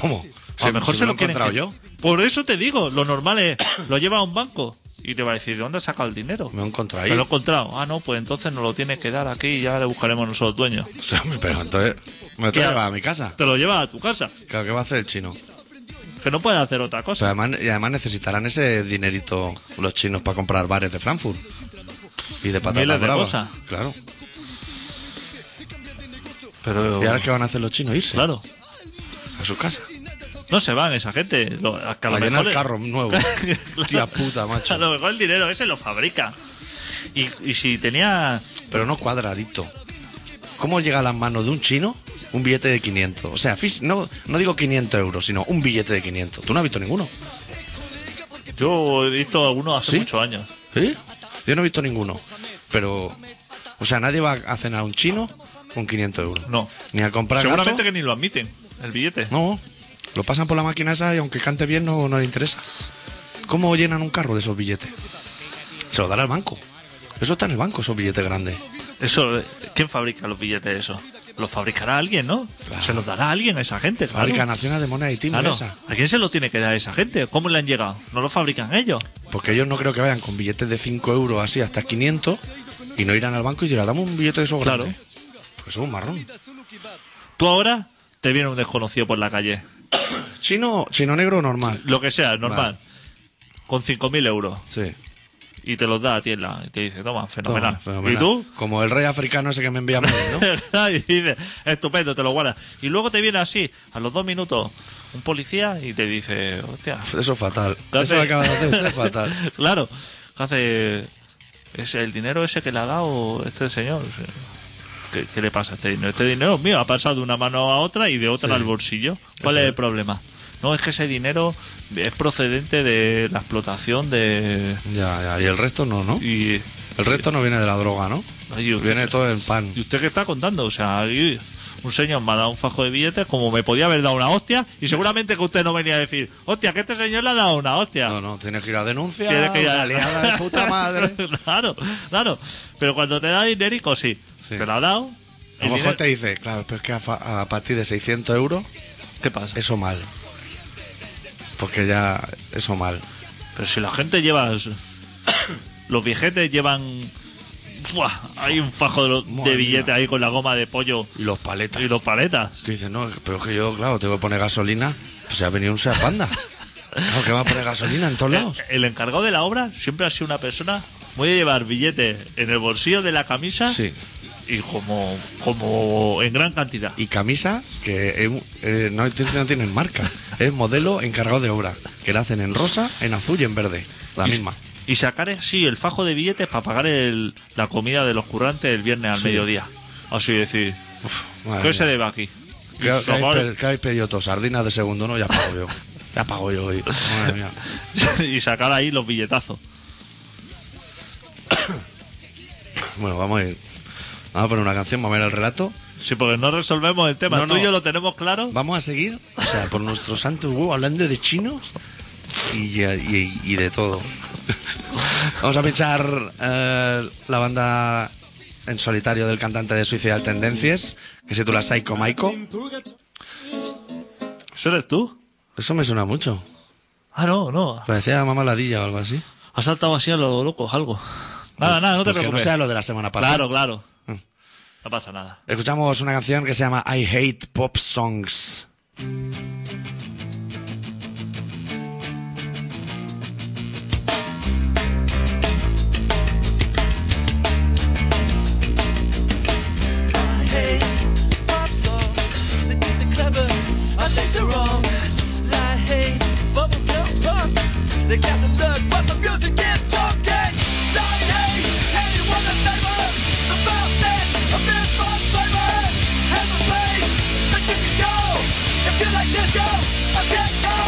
B: ¿Cómo?
C: A lo mejor se
B: me
C: lo
B: he encontrado
C: quieren
B: yo.
C: *coughs* que- Por eso te digo, lo normal es, lo lleva a un banco. Y te va a decir, ¿de dónde has sacado el dinero?
B: Me he encontrado ahí. *laughs*
C: Me lo he encontrado. Ah, no, pues entonces nos lo tienes que dar aquí y ya le buscaremos nosotros dueños.
B: O sea, me pego, entonces me lo tengo
C: Ya.
B: que llevar a mi casa.
C: Te lo llevas a tu casa,
B: Claro, ¿qué va a hacer el chino?
C: que no puedes hacer otra
B: Pero
C: cosa.
B: además, y además necesitarán ese dinerito los chinos para comprar bares de Frankfurt y de patatas
C: Miles de
B: bravas.
C: cosas.
B: Claro.
C: Pero,
B: ¿Y ahora qué van a hacer los chinos? Irse
C: claro,
B: a sus casas.
C: no se van esa gente. Lo, a que a
B: A
C: lo
B: llenar
C: mejor es-
B: carro nuevo.
C: Claro.
B: Tía puta, macho.
C: *laughs* A lo mejor el dinero ese lo fabrica. Y, y si tenía.
B: Pero no cuadradito. ¿Cómo llega a las manos de un chino un billete de 500? O sea, fis- no, no digo 500 euros, sino un billete de 500. ¿Tú no has visto ninguno?
C: Yo he visto algunos hace
B: ¿Sí?
C: muchos años.
B: ¿Sí? Yo no he visto ninguno. Pero, o sea, nadie va a cenar a un chino con 500 euros.
C: No.
B: Ni a comprar gato.
C: Seguramente que ni lo admiten, el billete.
B: No, lo pasan por la máquina esa y aunque cante bien no, no le interesa. ¿Cómo llenan un carro de esos billetes? Se lo dará al banco. Eso está en el banco, esos billetes grandes.
C: Eso, ¿quién fabrica los billetes eso? Los fabricará alguien, ¿no?
B: Claro.
C: Se los dará alguien a esa gente. claro.
B: Fábrica Nacional de Moneda y Timbre
C: Claro.
B: esa.
C: ¿A quién se lo tiene que dar esa gente? ¿Cómo le han llegado? ¿No lo fabrican ellos?
B: Porque ellos no creo que vayan con billetes de 5 euros así hasta 500 y no irán al banco y dirán, dame un billete de esos
C: Claro.
B: grandes. Porque son un marrón.
C: Tú ahora te viene un desconocido por la calle,
B: Chino, chino negro normal.
C: lo que sea, normal, con 5.000 euros
B: Sí.
C: y te los da a ti en la- y te dice, toma,
B: Toma,
C: fenomenal.
B: fenomenal.
C: ¿Y tú? *laughs*
B: Como el rey africano ese que me envía mail, ¿no?
C: y dice, estupendo, te lo guardas. Y luego te viene así, a los dos minutos, un policía y te dice, hostia,
B: Eso es fatal.
C: ¿qué
B: Eso lo
C: hace?
B: acaba de hacer
C: *laughs*
B: usted es fatal.
C: claro, ¿qué hace? ¿Es el dinero ese que le ha dado este señor? ¿Qué, qué le pasa a este dinero? Este dinero es mío, ha pasado de una mano a otra y de otra
B: Sí.
C: al bolsillo. ¿Cuál
B: Eso
C: es
B: es.
C: el problema? No, es que ese dinero es procedente de la explotación de...
B: Ya, ya. Y el resto no, ¿no?
C: Y,
B: El resto no viene de la droga, ¿no?
C: Ay, usted-
B: Viene todo en pan.
C: ¿Y usted qué está contando? O sea, ahí un señor me ha dado un fajo de billetes como me podía haber dado una hostia y seguramente que usted no venía a decir, hostia, que este señor le ha dado una hostia.
B: No, no, tienes que ir a denuncia,
C: Tiene que ir a-
B: una liada de
C: *laughs*
B: puta madre.
C: claro, claro. Pero cuando te da dinerico, sí.
B: Sí.
C: Te lo ha dado.
B: A lo
C: el
B: mejor
C: dinero-
B: te dice, claro, pero es que a, fa- a partir de 600 euros,
C: ¿Qué pasa?
B: eso mal. Porque ya, eso mal.
C: Pero si la gente lleva... los viejetes llevan... ¡Buah! Hay un fajo de, lo-
B: Madre
C: de billetes
B: mía.
C: ahí con la goma de pollo
B: Y los paletas.
C: y los paletas.
B: Que dicen, no, pero es que yo, claro, tengo que poner gasolina. Pues se ha venido un Seat Panda. Claro, que va a poner gasolina en todos lados.
C: *coughs* El encargado de la obra siempre ha sido una persona muy de llevar billetes en el bolsillo de la camisa
B: Sí.
C: y como, como en gran cantidad.
B: Y camisa que es un- eh, no, t- no tienen marca. Es modelo encargado de obra. Que la hacen en rosa, en azul y en verde. La
C: Y-
B: misma.
C: Y sacar sí el fajo de billetes para pagar el- la comida de los currantes el viernes al
B: Sí. Ah,
C: mediodía. Así decir,
B: Madre
C: ¿qué
B: mía.
C: se debe aquí?
B: ¿Qué, qué
C: Y
B: habéis
C: sacar-
B: pe- qué habéis pedido todos? Sardinas de segundo, no, ya pago yo. Ya pago yo hoy. Madre mía.
C: *laughs* y sacar ahí los billetazos.
B: Bueno, vamos a ir. Vamos a poner una canción, vamos a ver el relato.
C: Sí, porque no resolvemos el tema.
B: No,
C: Tú
B: no.
C: y yo lo tenemos claro.
B: Vamos a seguir, o sea, por nuestros santos huevos, hablando de chinos y, y- y de todo. *laughs* Vamos a pinchar eh, la banda en solitario del cantante de Suicidal Tendencias, que se titula Psycho Maiko.
C: ¿Eso eres tú?
B: Eso me suena mucho.
C: Ah, no, no.
B: Parecía mamá ladilla o algo así.
C: Has saltado así a lo loco, algo. Nada, nada, no te
B: Porque
C: preocupes.
B: No sea lo de la semana pasada.
C: claro, claro.
B: Mm.
C: No pasa nada.
B: Escuchamos una canción que se llama I Hate Pop Songs.
A: They got the look, but the music is talking. I hate anyone that favors the bastard of this fun flavor. Have a place that you can go if you like disco.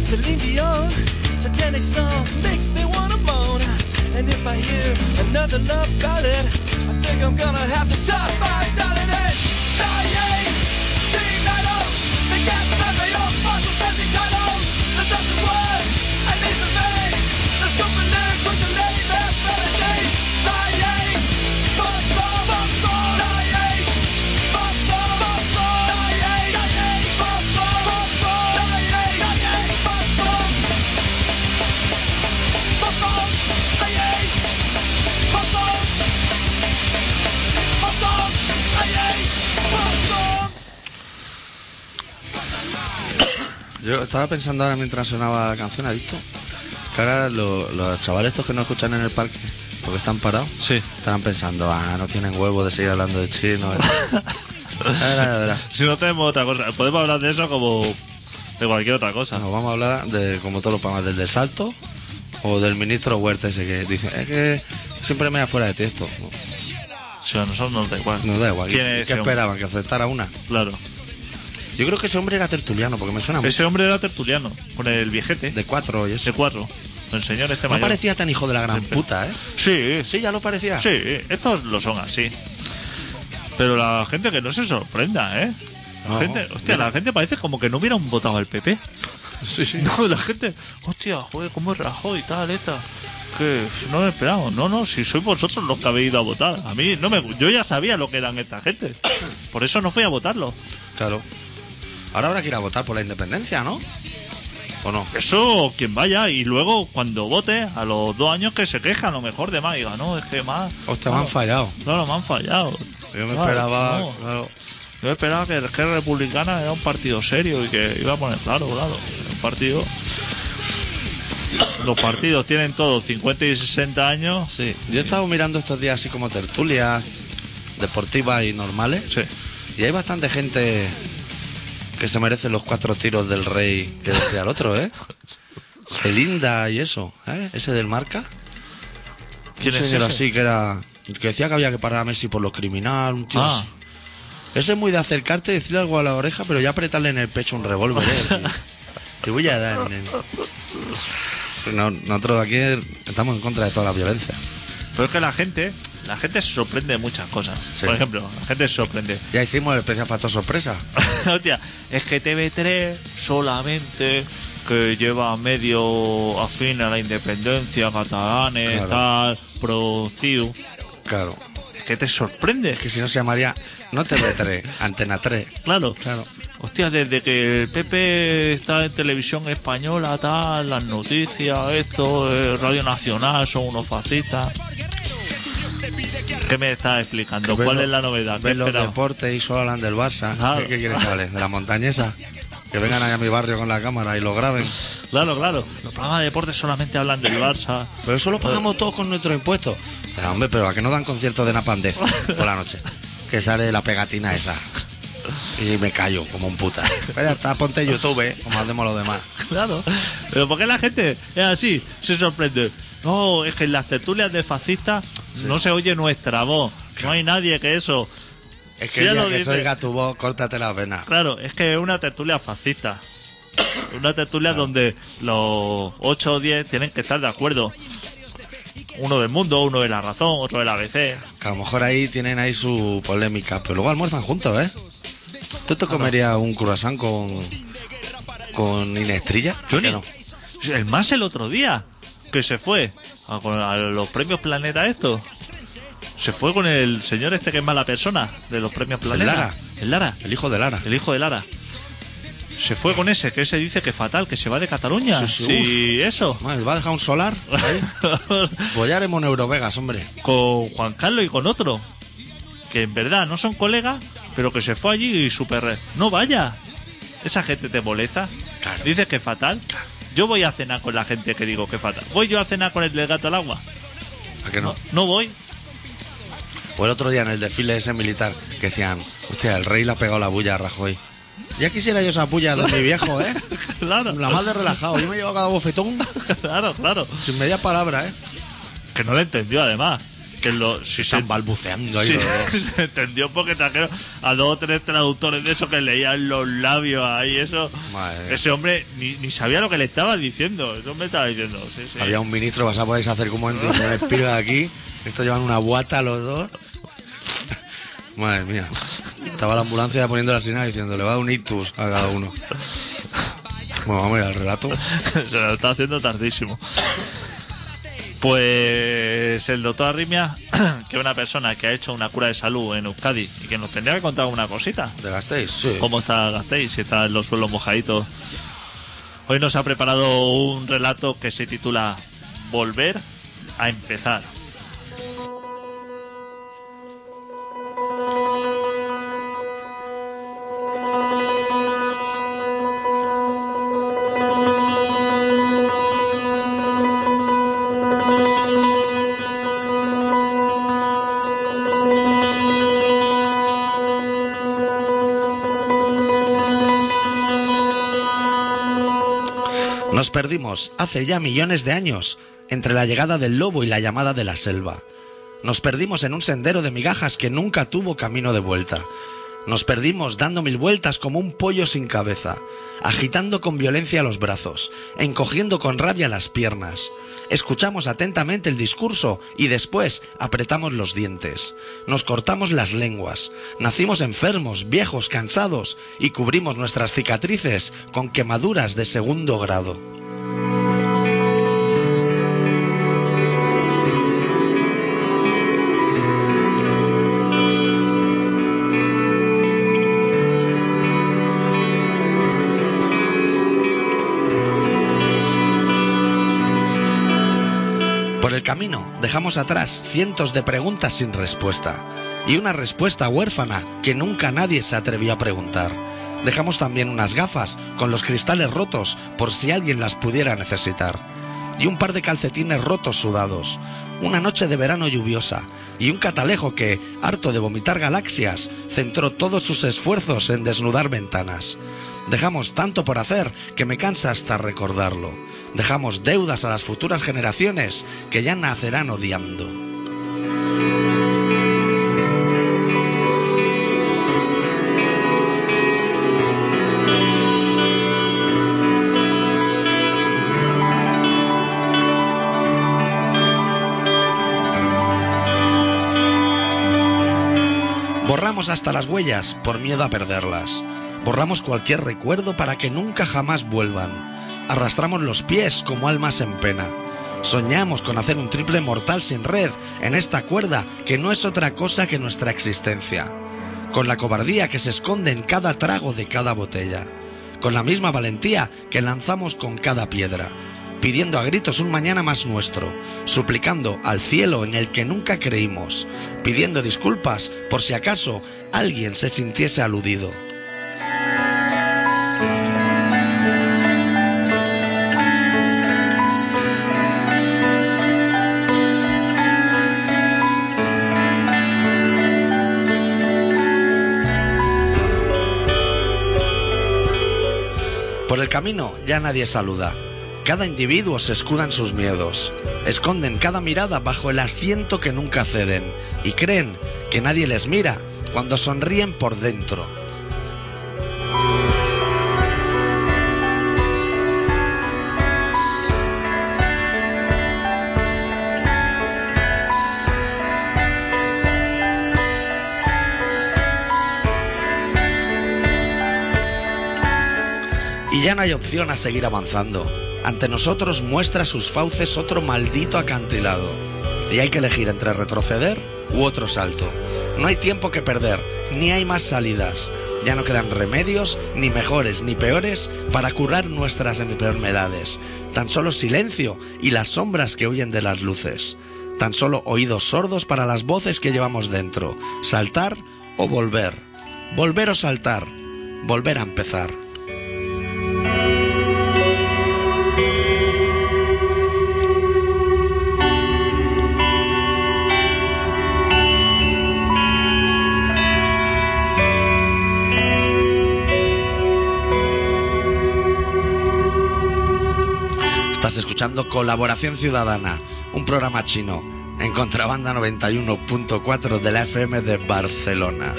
A: Celine Dion. Titanic song makes me wanna moan. And if I hear another love ballad, I think I'm gonna have to top my salad and Italian teen idols. They got slapping off fossil fancy titles. There's nothing worse, at least for me. The stupid lyrics with the lady that's melody. Dying, fuck, fuck, fuck, fuck. Dying, fuck, fuck, fuck, fuck. Dying, dying, fuck, fuck, fuck, fuck. Dying, dying, fuck, fuck.
B: Yo estaba pensando ahora mientras sonaba la canción, adicto. Que ahora lo- los chavales estos que no escuchan en el parque, porque están parados,
C: Sí.
B: estarán pensando, ah, no tienen huevo de seguir hablando de
C: *laughs*
B: chino. Ahora, ahora, ahora.
C: Si no tenemos otra cosa, podemos hablar de eso como de cualquier otra cosa.
B: Nos vamos a hablar de como todos los programas del desalto o del ministro Huerta ese que dice, es que siempre me da fuera de texto.
C: Si a nosotros nos da igual.
B: No da igual.
C: ¿Quién es
B: ¿Qué
C: ese hombre?
B: esperaban? ¿Que aceptara una?
C: Claro.
B: Yo creo que ese hombre era tertuliano, porque me suena mucho.
C: Ese hombre era tertuliano, con el viejete,
B: De cuatro y eso.
C: ese cuatro, el señor este
B: No
C: mayor.
B: parecía tan hijo de la gran puta, ¿eh?
C: Sí,
B: Sí, ya lo parecía.
C: sí, estos lo son así. Pero la gente que no se sorprenda, ¿eh? La
B: No,
C: gente, hostia,
B: mira.
C: la gente parece como que no hubieran votado al PP.
B: sí, sí.
C: *laughs* No, la gente, hostia, joder, cómo es Rajoy y tal, esta. Que no me esperaba. No, no, si sois vosotros los que habéis ido a votar. A mí no me gu- yo ya sabía lo que eran esta gente. Por eso no fui a votarlo.
B: Claro. Ahora habrá que ir a votar por la independencia, ¿no? ¿O no?
C: Eso, quien vaya, y luego cuando vote, a los dos años que se queja a lo mejor de más, diga, no, es que más.
B: Hostia, me han fallado.
C: Claro, me han fallado.
B: Yo me
C: Claro,
B: esperaba.
C: no.
B: claro.
C: Yo esperaba que el que Republicana era un partido serio y que iba a poner claro, claro. Un partido. *coughs* Los partidos tienen todos 50 y 60 años.
B: Sí. Yo he estado mirando estos días así como tertulias deportivas y normales.
C: Sí.
B: Y hay bastante gente que se merece los cuatro tiros del rey que decía el otro, ¿eh? Celinda y eso, ¿eh? Ese del marca.
C: ¿Quién
B: un
C: es
B: señor
C: ese?
B: así que era. que decía que había que parar a Messi por lo criminal, un tío
C: Ah,
B: así. Ese es muy de acercarte, decirle algo a la oreja, pero ya apretarle en el pecho un revólver.
C: *laughs*
B: ¿eh? Te voy a dar, nene. No, nosotros aquí estamos en contra de toda la violencia.
C: pero es que la gente, la gente se sorprende de muchas cosas.
B: Sí.
C: Por ejemplo, la gente se sorprende. *laughs*
B: Ya hicimos el especial factor sorpresa.
C: Hostia, es que TV3 solamente que lleva medio afín a la independencia, catalanes,
B: Claro.
C: tal, pro tío.
B: Claro.
C: Es que te sorprende.
B: Que si no se llamaría No *laughs* TV3, Antena 3.
C: Claro.
B: Claro.
C: Hostia, desde que el PP está en televisión española, tal, las noticias, esto, eh, Radio Nacional, son unos fascistas. ¿Qué me estás explicando?
B: Que ven
C: ¿Cuál
B: lo-
C: es la novedad? ¿Qué
B: Ven los
C: esperaba?
B: deportes y solo hablan del Barça.
C: Claro.
B: ¿Qué, qué quieren que hable? ¿De la montañesa? Que vengan ahí a mi barrio con la cámara y lo graben.
C: Claro, claro. Los programas de deporte solamente hablan del Barça. *laughs*
B: Pero eso lo pagamos todos con nuestros impuestos. Ah, hombre, pero a que no dan conciertos de *laughs* Napandez por la noche. Que sale la pegatina esa. Y me callo como un puta. Vaya, Pues está, ponte YouTube, ¿eh? como hacemos los demás.
C: Claro. Pero ¿por qué la gente es así? Se sorprende. No, es que en las tertulias de fascistas no se oye nuestra voz. No hay nadie que eso.
B: Es
C: Sí,
B: que ya
C: lo
B: que
C: dice.
B: soy tu voz, córtate las venas.
C: Claro, es que es una tertulia fascista. Una tertulia donde los 8 o 10 tienen que estar de acuerdo. Uno del mundo, uno de la razón, otro del ABC.
B: Que a lo mejor ahí tienen ahí su polémica, pero luego almuerzan juntos, ¿eh? ¿Tú te comerías un croissant con, con Inestrilla?
C: Yo ni-
B: no.
C: El más el otro día, que se fue a, con- a los premios Planeta esto. Se fue con el señor este que es mala persona de los premios Planeta.
B: Lara.
C: El Lara.
B: El hijo de Lara.
C: El hijo de Lara. Se fue con ese, que ese dice que fatal, que se va de Cataluña.
B: Sí,
C: Sí,
B: sí,
C: eso.
B: Madre, ¿Va a dejar un solar?
C: *laughs*
B: Pues ya haremos un Eurovegas, hombre.
C: con Juan Carlos y con otro. Que en verdad no son colegas, pero que se fue allí y super. No vaya. Esa gente te molesta.
B: Claro.
C: Dices que fatal. Yo voy a cenar con la gente que digo que fatal. Voy yo a cenar con el del gato al agua.
B: ¿A que no?
C: No voy. *laughs*
B: Pues el otro día en el desfile ese militar que decían, hostia, el rey le ha pegado la bulla a Rajoy. Ya quisiera yo esa bulla de mi viejo, ¿eh?
C: Claro.
B: La más de relajado. Yo me he llevado cada bofetón
C: *laughs* Claro, claro.
B: sin media palabra, ¿eh?
C: Que no lo entendió además. que lo, si se,
B: Están balbuceando ahí
C: sí,
B: los dos.
C: *laughs* se entendió porque trajeron a dos o tres traductores de esos que leían los labios ahí, eso.
B: Madre mía.
C: Ese hombre ni, ni sabía lo que le estaba diciendo. Ese hombre estaba diciendo, sí, sí.
B: Había un ministro, vas a poder hacer como entre un despido de aquí. Estos llevan una guata los dos. *laughs* Madre mía. Estaba la ambulancia ya poniendo la sirena diciendo, le va a dar un ictus a cada uno. *laughs* Bueno, vamos a ir al relato.
C: *laughs* Se lo está haciendo tardísimo. Pues el doctor Arrimia, *clears throat* que es una persona que ha hecho una cura de salud en Euskadi y que nos tendría que contar una cosita.
B: ¿Te gastéis? Sí.
C: ¿Cómo está Gasteiz? Si está en los suelos mojaditos. Hoy nos ha preparado un relato que se titula Volver a empezar.
B: Nos perdimos hace ya millones de años entre la llegada del lobo y la llamada de la selva. Nos perdimos en un sendero de migajas que nunca tuvo camino de vuelta. Nos perdimos dando mil vueltas como un pollo sin cabeza, agitando con violencia los brazos, encogiendo con rabia las piernas. Escuchamos atentamente el discurso y después apretamos los dientes. Nos cortamos las lenguas. Nacimos enfermos, viejos, cansados y cubrimos nuestras cicatrices con quemaduras de segundo grado. Por el camino dejamos atrás cientos de preguntas sin respuesta y una respuesta huérfana que nunca nadie se atrevió a preguntar. Dejamos también unas gafas con los cristales rotos por si alguien las pudiera necesitar. Y un par de calcetines rotos sudados. Una noche de verano lluviosa. Y un catalejo que, harto de vomitar galaxias, centró todos sus esfuerzos en desnudar ventanas. Dejamos tanto por hacer que me cansa hasta recordarlo. Dejamos deudas a las futuras generaciones que ya nacerán odiando. Borramos hasta las huellas por miedo a perderlas. Borramos cualquier recuerdo para que nunca jamás vuelvan. Arrastramos los pies como almas en pena. Soñamos con hacer un triple mortal sin red en esta cuerda que no es otra cosa que nuestra existencia. Con la cobardía que se esconde en cada trago de cada botella. Con la misma valentía que lanzamos con cada piedra. Pidiendo a gritos un mañana más nuestro, suplicando al cielo en el que nunca creímos, pidiendo disculpas por si acaso alguien se sintiese aludido. Por el camino ya nadie saluda. Cada individuo se escuda en sus miedos. Esconden cada mirada bajo el asiento que nunca ceden y creen que nadie les mira cuando sonríen por dentro. Y ya no hay opción a seguir avanzando. Ante nosotros muestra sus fauces otro maldito acantilado. Y hay que elegir entre retroceder u otro salto. No hay tiempo que perder, ni hay más salidas. Ya no quedan remedios, ni mejores ni peores, para curar nuestras enfermedades. Tan solo silencio y las sombras que huyen de las luces. Tan solo oídos sordos para las voces que llevamos dentro. Saltar o volver. Volver o saltar. Volver a empezar. Estás escuchando Colaboración Ciudadana, un programa chino en Contrabanda 91.4 de la FM de Barcelona.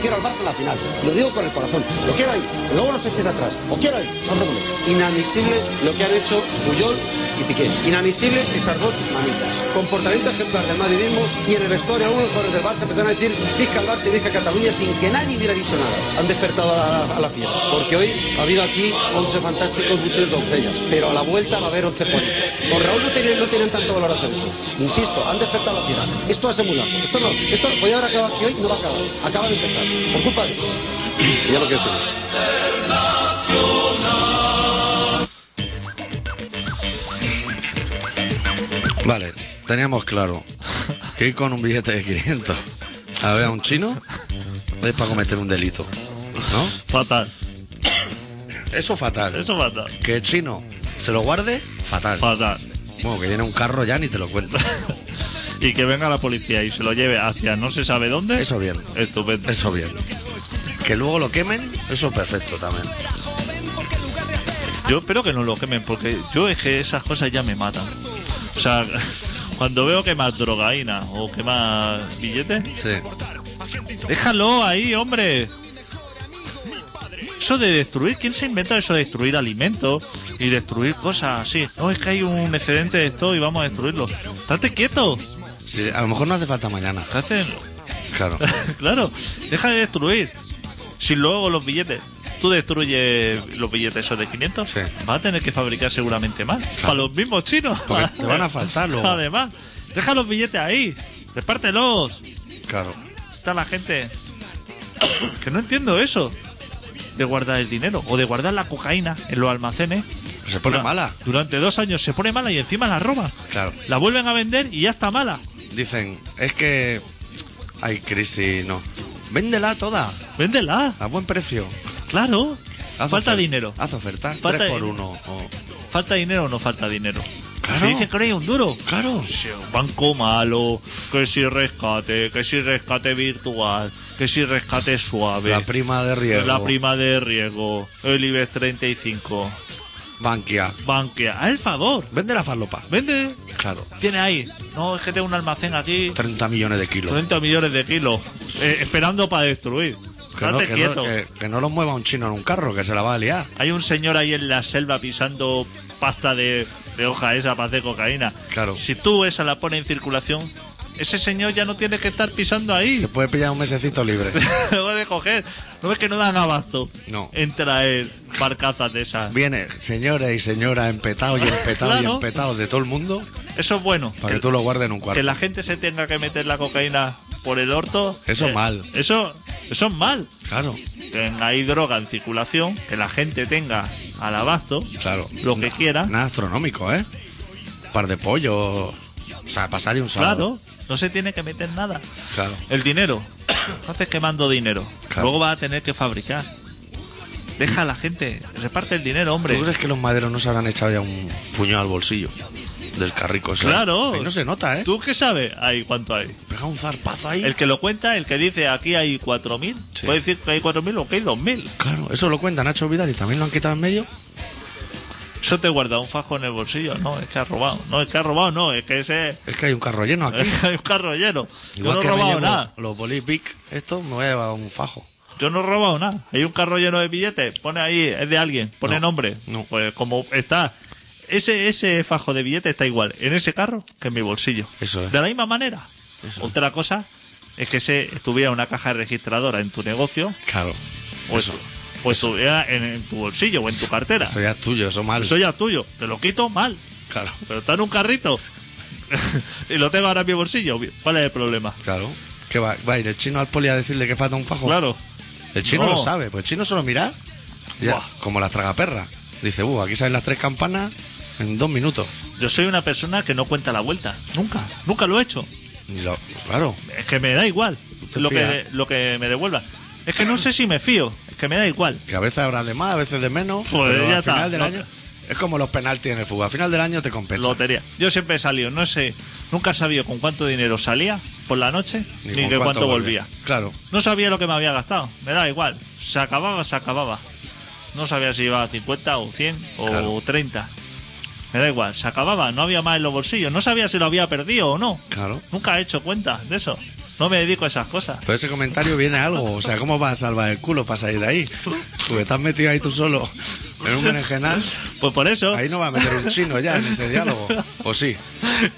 D: Quiero al Barça la final. Lo digo con el corazón. Lo quiero ahí. Luego nos eches atrás. Lo quiero ahí. No os preocupéis.
E: Inadmisible lo que han hecho Puyol y Piqué. Inadmisible esas dos mamitas. Comportamiento ejemplar del madridismo y en el vestuario algunos jugadores del Barça empezaron a decir visca al Barça y visca a Cataluña sin que nadie hubiera dicho nada. Han despertado a la, a la fiesta. Porque hoy ha habido aquí 11 fantásticos buches doncellas. Pero a la vuelta va a haber 11 juegos. Con Raúl no tienen, no tienen tanto valor hacer eso. Insisto, han despertado a la fiesta. Esto va a ser muy largo. Esto no. Esto podía haber acabado aquí hoy no va a acabar. Acaba de empezar. Por culpa de ellos. Y ya lo que decir.
B: Vale, teníamos claro que ir con un billete de 500 a ver a un chino es para cometer un delito, ¿no?
C: Fatal.
B: Eso fatal.
C: Eso fatal.
B: Que el chino se lo guarde, fatal.
C: Fatal.
B: Bueno, que viene un carro ya ni te lo cuento.
C: Y que venga la policía y se lo lleve hacia no se sabe dónde.
B: Eso bien.
C: Estupendo.
B: Eso bien. Que luego lo quemen, eso perfecto también.
C: Yo espero que no lo quemen porque yo es que esas cosas ya me matan. O sea, *laughs* cuando veo que más drogaína o que más billetes,
B: Sí.
C: Déjalo ahí, hombre. Eso de destruir, ¿quién se inventa eso de destruir alimentos y destruir cosas así? No, es que hay un excedente de esto y vamos a destruirlo. Estate quieto.
B: Sí, A lo mejor no hace falta mañana,
C: ¿Qué hacen?
B: claro.
C: *laughs* claro, deja de destruir. Si luego los billetes, tú destruyes los billetes esos de 500,
B: Sí.
C: vas a tener que fabricar seguramente más. Para los mismos chinos.
B: Porque te
C: *laughs*
B: van a faltar luego.
C: Además, deja los billetes ahí. Repártelos.
B: Claro.
C: está la gente que no entiendo eso de guardar el dinero o de guardar la cocaína en los almacenes.
B: Se pone
C: Dura-
B: mala.
C: Durante dos años se pone mala y encima la roba.
B: Claro.
C: La vuelven a vender y ya está mala.
B: Dicen, es que hay crisis, no. Véndela toda,
C: Véndela,
B: a buen precio.
C: claro.
B: Haz
C: falta
B: ofer-
C: dinero.
B: Haz oferta.
C: Falta
B: Tres por
C: dinero.
B: uno. o-
C: Falta dinero o no falta dinero.
B: Claro.
C: Se dice que no hay un duro.
B: Claro.
C: Si un banco malo, que si rescate, que si rescate virtual, que si rescate suave.
B: La prima de riesgo.
C: La prima de riesgo, el IBEX 35,
B: Bankia.
C: Bankia, haz Ah, el favor,
B: Vende la falopa.
C: vende,
B: Claro.
C: tiene ahí. No, es que tengo un almacén aquí,
B: 30 millones de kilos.
C: 30 millones de kilos, eh, esperando para destruir.
B: Que no, eh,
C: Date
B: que, no,
C: quieto.
B: que- que no los mueva un chino en un carro, que se la va a liar.
C: Hay un señor ahí en la selva pisando pasta de, de hoja esa para hacer cocaína.
B: Claro.
C: Si tú esa la pones en circulación, ese señor ya no tiene que estar pisando ahí.
B: Se puede pillar un mesecito libre.
C: *laughs* Se puede coger. No ves que no dan abasto.
B: No.
C: En traer barcazas de esas.
B: Viene señores y señoras empetados y empetados
C: Claro.
B: y empetados de todo el mundo
C: Eso es bueno.
B: para que
C: que-
B: tú lo guardes en un cuarto.
C: que la gente se tenga que meter la cocaína por el orto.
B: Eso es
C: eh,
B: mal.
C: Eso, eso es mal.
B: Claro,
C: Que hay droga en circulación, que la gente tenga al abasto
B: claro.
C: lo que quiera.
B: Nada astronómico, ¿eh? Un par de pollo. O sea, pasar y un sábado.
C: Claro, no se tiene que meter nada.
B: Claro.
C: El dinero,
B: *coughs*
C: haces quemando dinero.
B: Claro.
C: Luego vas a tener que fabricar. Deja a la gente, reparte el dinero, hombre.
B: ¿Tú crees que los maderos no se habrán echado ya un puño al bolsillo del carrico? ese?
C: Claro.
B: Ahí no se nota, ¿eh?
C: ¿Tú qué sabes? Ahí cuánto hay.
B: Pega un zarpazo ahí.
C: El que lo cuenta, el que dice aquí hay 4.000,
B: Sí.
C: puede decir que hay 4.000 o que hay 2.000.
B: Claro, eso lo cuenta Nacho Vidal y también lo han quitado en medio.
C: Eso te guarda un fajo en el bolsillo. No, es que ha robado. No, es que ha robado, no. Es que ese
B: Es que hay un carro lleno aquí.
C: *laughs* es un carro lleno. Eh, Yo
B: Igual
C: no he
B: que me
C: robado
B: llevo
C: nada.
B: Los bolis Big, esto me voy a llevar un fajo.
C: Yo no he robado nada. Hay un carro lleno de billetes. Pone ahí, es de alguien. Pone
B: No,
C: nombre.
B: no.
C: Pues como está. Ese, ese fajo de billetes está igual en ese carro que en mi bolsillo.
B: Eso es.
C: De la misma manera. Otra cosa es que se estuviera una caja registradora en tu negocio
B: Claro.
C: o,
B: Pues eso,
C: estu- o estuviera en, en tu bolsillo o en tu cartera.
B: eso ya es tuyo, eso mal.
C: Pues Eso ya es tuyo. Te lo quito mal.
B: Claro,
C: Pero está en un carrito. *laughs* y lo tengo ahora en mi bolsillo. ¿Cuál es el problema?
B: claro. ¿Qué va, va a ir el chino al poli a decirle que falta un fajo?
C: Claro.
B: El chino
C: No.
B: lo sabe, pues el chino solo mira, ya,
C: Buah.
B: como las tragaperras. Dice, uh, aquí salen las tres campanas en dos minutos.
C: Yo soy una persona que no cuenta la vuelta. Nunca. Nunca lo he hecho.
B: Y lo- pues claro,
C: Es que me da igual
B: te
C: lo que,
B: fías.
C: lo que me devuelva. Es que no sé si me fío. Es que me da igual.
B: que a veces habrá de más, a veces de menos.
C: Joder,
B: pero
C: Pues ya
B: al
C: está,
B: final del
C: no-
B: año es como los penaltis en el fútbol. Al final del año te compensa.
C: Lotería. Yo siempre he salido. No sé. Nunca he sabido con cuánto dinero salía por la noche ni,
B: con
C: que cuánto volvía.
B: Claro,
C: No sabía lo que me había gastado. Me da igual. Se acababa, se acababa. No sabía si iba a 50 o 100 o
B: Claro.
C: 30. Me da igual, se acababa, no había más en los bolsillos. No sabía si lo había perdido o no.
B: Claro.
C: Nunca he hecho cuenta de eso. No me dedico a esas cosas.
B: Pero ese comentario viene algo. O sea, ¿cómo vas a salvar el culo para salir de ahí? Porque estás metido ahí tú solo en un berenjenal.
C: Pues por eso,
B: Ahí no va a meter un chino ya en ese diálogo. ¿O sí?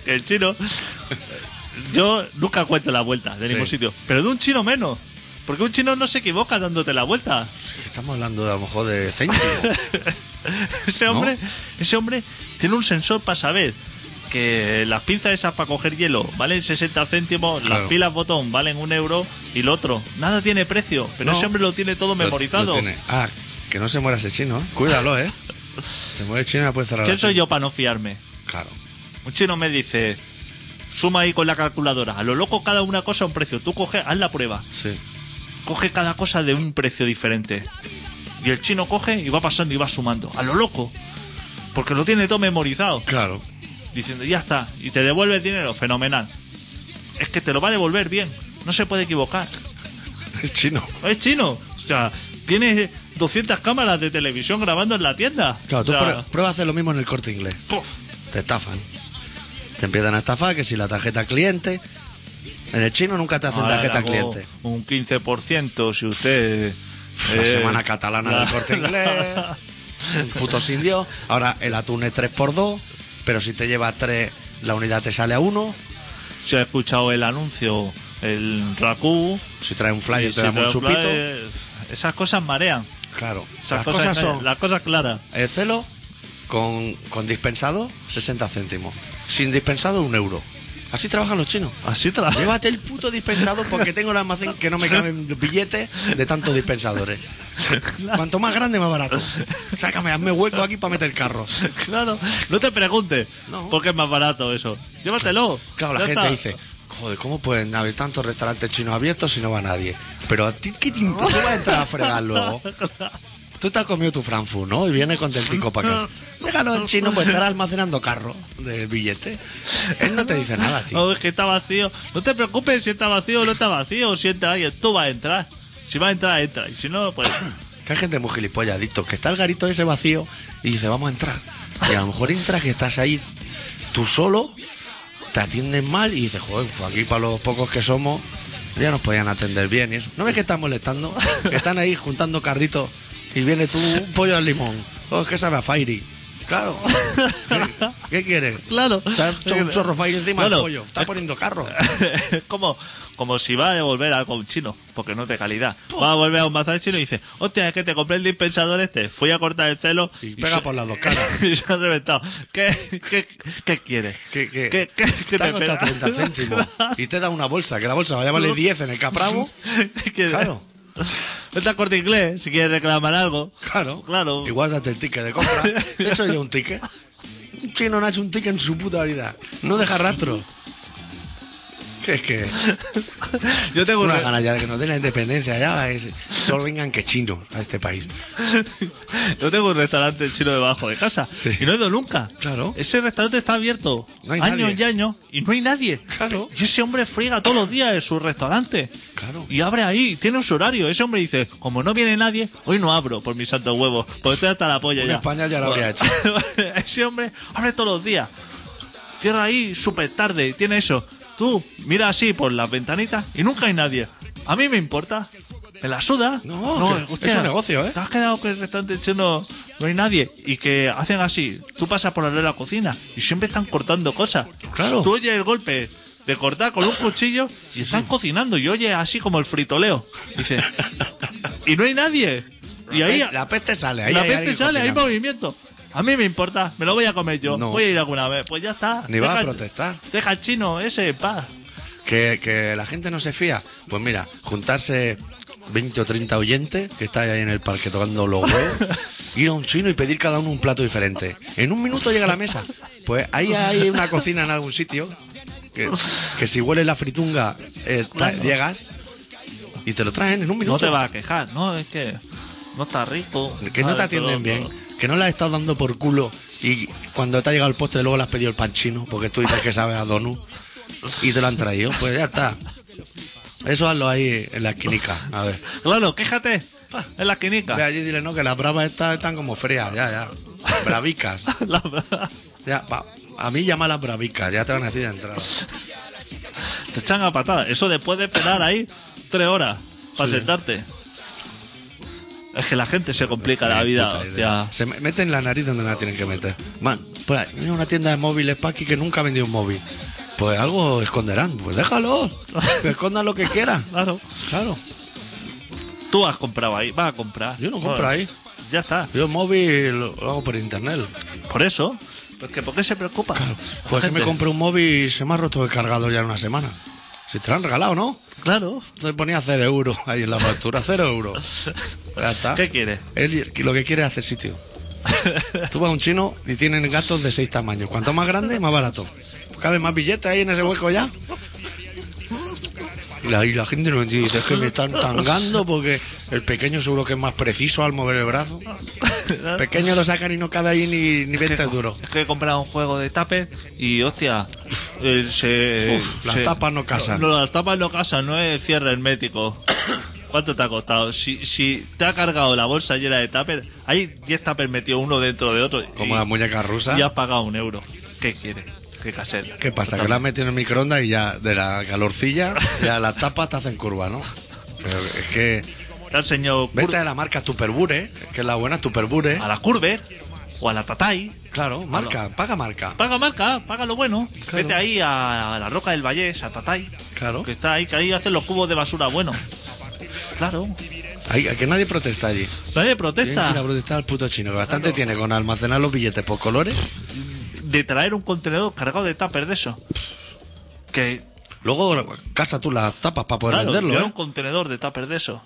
C: que *laughs* el chino. Yo nunca cuento la vuelta de ningún
B: Sí.
C: sitio. Pero de un chino menos. Porque un chino no se equivoca dándote la vuelta. *laughs*
B: Estamos hablando de, a lo mejor de céntimo.
C: Ese
B: ¿No?
C: hombre, ese hombre tiene un sensor para saber que las pinzas esas para coger hielo valen 60 céntimos,
B: Claro.
C: las pilas botón valen un euro y el otro. Nada tiene precio, pero
B: No.
C: ese hombre lo tiene todo
B: Lo-
C: memorizado.
B: lo tiene. Ah, que no se muera ese chino. ¿eh? Cuídalo, ¿eh? Te muere el chino y la puedes cerrar.
C: ¿Quién
B: la
C: soy
B: tienda.
C: yo para no fiarme?
B: Claro.
C: Un chino me dice, suma ahí con la calculadora, a lo loco cada una cosa a un precio, tú coge, haz la prueba,
B: Sí.
C: coge cada cosa de un precio diferente. Y el chino coge y va pasando y va sumando, a lo loco, porque lo tiene todo memorizado.
B: Claro.
C: diciendo ya está y te devuelve el dinero, fenomenal. Es que te lo va a devolver bien, no se puede equivocar.
B: Es chino.
C: *laughs* Es chino, o sea, tiene 200 cámaras de televisión grabando en la tienda.
B: Claro, tú
C: O sea,
B: prue- prueba a hacer lo mismo en el corte inglés.
C: puf,
B: Te estafan. Te empiezan a estafar, que si la tarjeta cliente. En el chino nunca te hacen
C: ahora
B: tarjeta
C: le hago
B: cliente.
C: Un 15% si usted.
B: La
C: eh,
B: semana catalana
C: *laughs* la-
B: del corte inglés. Un puto sin Dios. Ahora el atún es 3x2, pero si te llevas 3, la unidad te sale a 1.
C: Si ha escuchado el anuncio, el Raku.
B: Si traes un flyer,
C: y
B: te
C: si
B: damos un
C: te lo
B: chupito.
C: trae, Esas cosas marean.
B: Claro.
C: Esas
B: Las cosas
C: claras,
B: son
C: Las cosas claras.
B: el celo con, con dispensado, 60 céntimos. Sin dispensado, un euro. Así trabajan los chinos.
C: Así te las-
B: Llévate el puto dispensado porque tengo el almacén que no me caben billetes de tantos dispensadores. Cuanto más grande, más barato. Sácame, hazme hueco aquí para meter carros.
C: *laughs* Claro, no te preguntes,
B: No.
C: porque es más barato eso. Llévatelo.
B: Claro, la
C: ya
B: gente
C: está.
B: dice, joder, ¿cómo pueden haber tantos restaurantes chinos abiertos si no va nadie? Pero a ti, ¿qué te importa? Tú vas a entrar a fregar luego. Tú te has comido tu Frankfurt, ¿no? Y vienes contentico para acá. Déjalo en chino, pues estará almacenando carros de billetes. Él no te dice nada, tío.
C: *laughs* No, es que está vacío. No te preocupes si está vacío o no está vacío. Si entra alguien, tú vas a entrar. Si vas a entrar, entra. Y si no, pues. *clears throat*
B: Que hay gente muy gilipollas, adicto, que está el garito ese vacío y dice, vamos a entrar. Y a lo mejor entras que estás ahí tú solo, te atienden mal y dices, joder, pues aquí para los pocos que somos ya nos podían atender bien y eso. ¿No ves que están molestando? Que están ahí juntando carritos y viene tú un pollo al limón. Oh, es que sabe a Fairy. Claro. ¿Qué, qué quieres?
C: Claro.
B: Te ha hecho un chorro Fairy encima del
C: Bueno,
B: pollo. Está poniendo carro.
C: es *laughs* como, como si va a devolver algo a un chino, porque no es de calidad. Va a volver a un bazar chino y dice: Hostia, es que te compré el dispensador este. Fui a cortar el celo.
B: Y pega
C: se-
B: por las dos caras.
C: *laughs* y se ha reventado. ¿Qué, qué, qué quieres?
B: que, que,
C: ¿Qué- qué-
B: te
C: qué te
B: ha costado
C: espera?
B: 30 *laughs* céntimos y te da una bolsa, que la bolsa vaya a valer 10 en el Capravo.
C: *laughs* ¿Qué quieres?
B: Claro,
C: Vete al corte inglés si quieres reclamar algo.
B: claro.
C: Claro.
B: Y guárdate el ticket de *laughs* compra. Te he hecho yo un ticket. Un chino no ha hecho un ticket en su puta vida. No deja rastro. Que es *laughs* que
C: Yo tengo
B: una
C: una
B: gana ya de que nos den la independencia ya. es- solo vengan que chinos a este país.
C: Yo tengo un restaurante chino debajo de casa y no he ido nunca.
B: Claro.
C: Ese restaurante está abierto
B: No hay
C: años
B: nadie.
C: y años y no hay nadie.
B: Claro.
C: Y ese hombre friega todos los días en su restaurante.
B: Claro.
C: Y abre ahí, tiene su horario. Ese hombre dice, como no viene nadie, hoy no abro por mis santos huevos, porque estoy hasta la polla
B: En
C: ya.
B: España ya lo habría hecho.
C: *laughs* ese hombre abre todos los días. Cierra ahí súper tarde, tiene eso. Tú mira así por las ventanitas y nunca hay nadie. A mí me importa. Me la suda.
B: No, que es un negocio, ¿eh?
C: ¿Te has quedado que el restaurante chino no hay nadie? Y que hacen así. Tú pasas por al lado de la cocina y siempre están cortando cosas.
B: Claro.
C: Tú oyes el golpe de cortar con un cuchillo y están cocinando y oyes así como el fritoleo. Dice, y no hay nadie. Y ahí
B: la peste sale. Ahí
C: la
B: hay
C: peste
B: alguien
C: sale, hay
B: cocinando.
C: movimiento. A mí me importa, me lo voy a comer yo.
B: No.
C: Voy a ir alguna vez. Pues ya está.
B: Ni vas a
C: Deja-
B: protestar.
C: Deja al chino ese en paz.
B: Que, que la gente no se fía. Pues mira, juntarse 20 o 30 oyentes que estáis ahí en el parque tocando los huevos,
C: *laughs*
B: ir a un chino y pedir cada uno un plato diferente. En un minuto llega a la mesa. Pues ahí hay una cocina en algún sitio que, que si huele la fritunga eh, ta- llegas y te lo traen en un
C: No
B: minuto.
C: te vas a quejar, no, es que no está rico.
B: que no te
C: Vale,
B: atienden
C: pero-
B: bien, que no la has estado dando por culo y cuando te ha llegado el postre luego le has pedido el pan chino porque tú dices que sabes a Donu y te lo han traído. Pues ya está. Eso hazlo ahí en la esquinica, a ver.
C: Claro, quéjate. En la
B: De
C: quinica.
B: allí dile, no, que las bravas estas están como frías, ya, ya. Bravicas.
C: *laughs* La verdad.
B: Ya, pa- a mí llama las bravicas, ya te van a decir de entrada.
C: Te echan a patada. Eso después de esperar ahí tres horas para
B: Sí.
C: sentarte. Es que la gente se complica la
B: Ni
C: vida,
B: puta idea.
C: hostia.
B: Se me- meten la nariz donde la tienen que meter. Man, pues hay una tienda de móviles Paqui que nunca ha vendido un móvil. Pues algo esconderán, pues déjalo. Que escondan lo que quieran.
C: Claro.
B: Claro.
C: Tú has comprado ahí, vas a comprar.
B: Yo no compro ahí.
C: Ya está.
B: Yo el móvil lo lo hago por internet.
C: Por eso. Porque, ¿Por qué se preocupa?
B: Claro.
C: la
B: Pues que me
C: gente?
B: compré un móvil y se me ha roto el cargador ya en una semana. Si te lo han regalado, ¿no?
C: Claro.
B: Te ponía cero euros ahí en la factura, cero euros. Ya está.
C: *laughs* ¿Qué quieres?
B: Él lo que quiere es hacer sitio. Tú vas a un chino y tienen gatos de seis tamaños. Cuanto más grande, más barato. Cabe más billetes ahí en ese hueco ya. Y la, y la gente no entiende. Es que me están tangando porque el pequeño seguro que es más preciso al mover el brazo. Pequeño lo sacan y no cabe ahí ni, ni 20 duros.
C: Es que he comprado un juego de tapes y hostia. eh, se,
B: Uf, las
C: se-
B: tapas no casan.
C: No, las tapas no casan, no es cierre hermético. *coughs* ¿Cuánto te ha costado? Si, si te ha cargado la bolsa llena de tapers, hay 10 tapers metidos uno dentro de otro.
B: Como
C: y,
B: la muñeca rusa.
C: y has pagado un euro. ¿Qué quieres? ¿Qué casera?
B: ¿Qué pasa? Que la has metido en el microondas y ya de la calorcilla, ya las tapas te hacen curva, ¿no? Pero es que.
C: Te ha enseñado cur-
B: Vete de la marca Superbure, que es la buena Superbure.
C: a la Curver o a la Tatay.
B: Claro, marca, paga marca.
C: Paga marca, paga lo bueno.
B: Claro.
C: Vete ahí a, la Roca del Vallés, a Tatay.
B: Claro.
C: Que está ahí, que ahí hacen los cubos de basura bueno. Claro.
B: Ahí- que nadie protesta allí.
C: Nadie
B: Tienen que ir a
C: protesta
B: protestar al puto chino, que bastante tiene con almacenar los billetes por colores.
C: de traer un contenedor cargado de tupper de eso. Que,
B: Luego casa tú las tapas para poder
C: claro,
B: venderlo,
C: llevar
B: ¿eh?
C: un contenedor de tupper de eso.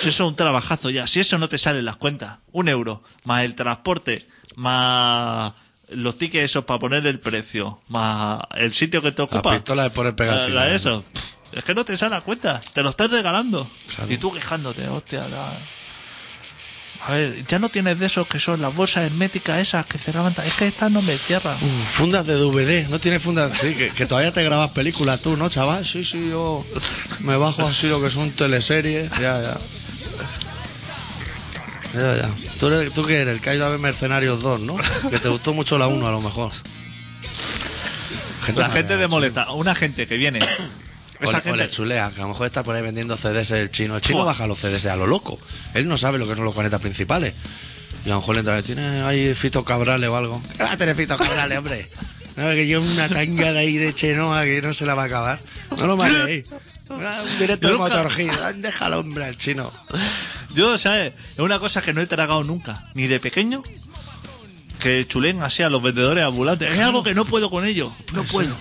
C: Si eso es un trabajazo ya, si eso no te salen las cuentas, un euro, más el transporte, más los tickets esos para poner el precio, más el sitio que te ocupa.
B: pistola de poner pegatina. ¿eh?
C: La- la de eso. Pff, Es que no te sale la cuenta, te lo estás regalando.
B: Claro.
C: Y tú quejándote, hostia. la- A ver, ya no tienes de esos que son las bolsas herméticas esas que cerraban. ta- Es que estas no me cierran.
B: ¿eh? Fundas de DVD, no tienes fundas. Sí, que, que todavía te grabas películas tú, ¿no, chaval? Sí, sí, yo me bajo así lo que son teleseries. Ya, ya. Ya, ya. ¿Tú, eres- tú qué eres? El que ha ido a ver Mercenarios 2, ¿no? Que te gustó mucho la 1, a lo mejor.
C: La
B: mareada,
C: gente de molesta, una gente que
B: *coughs*
C: viene.
B: O
C: Esa
B: le, o le
C: gente.
B: chulea, que a lo mejor está por ahí vendiendo CDs el chino. El chino
C: Buah.
B: baja los CDs a lo loco. Él no sabe lo que son los 40 principales. Y a lo mejor le entra, tiene ahí Fito Cabrales o algo. ¿Qué va a tener Fito Cabrales, hombre? No, que yo una tanga de ahí de Chenoa que no se la va a acabar. No lo mareéis. Ah, Un directo de
C: Nunca-
B: Motorhead. Ah, Déjalo, hombre, al chino.
C: Yo, ¿sabes? Es una cosa que no he tragado nunca, ni de pequeño, que chulen así a los vendedores ambulantes. Es algo que no puedo con ellos,
B: Pues
C: no puedo.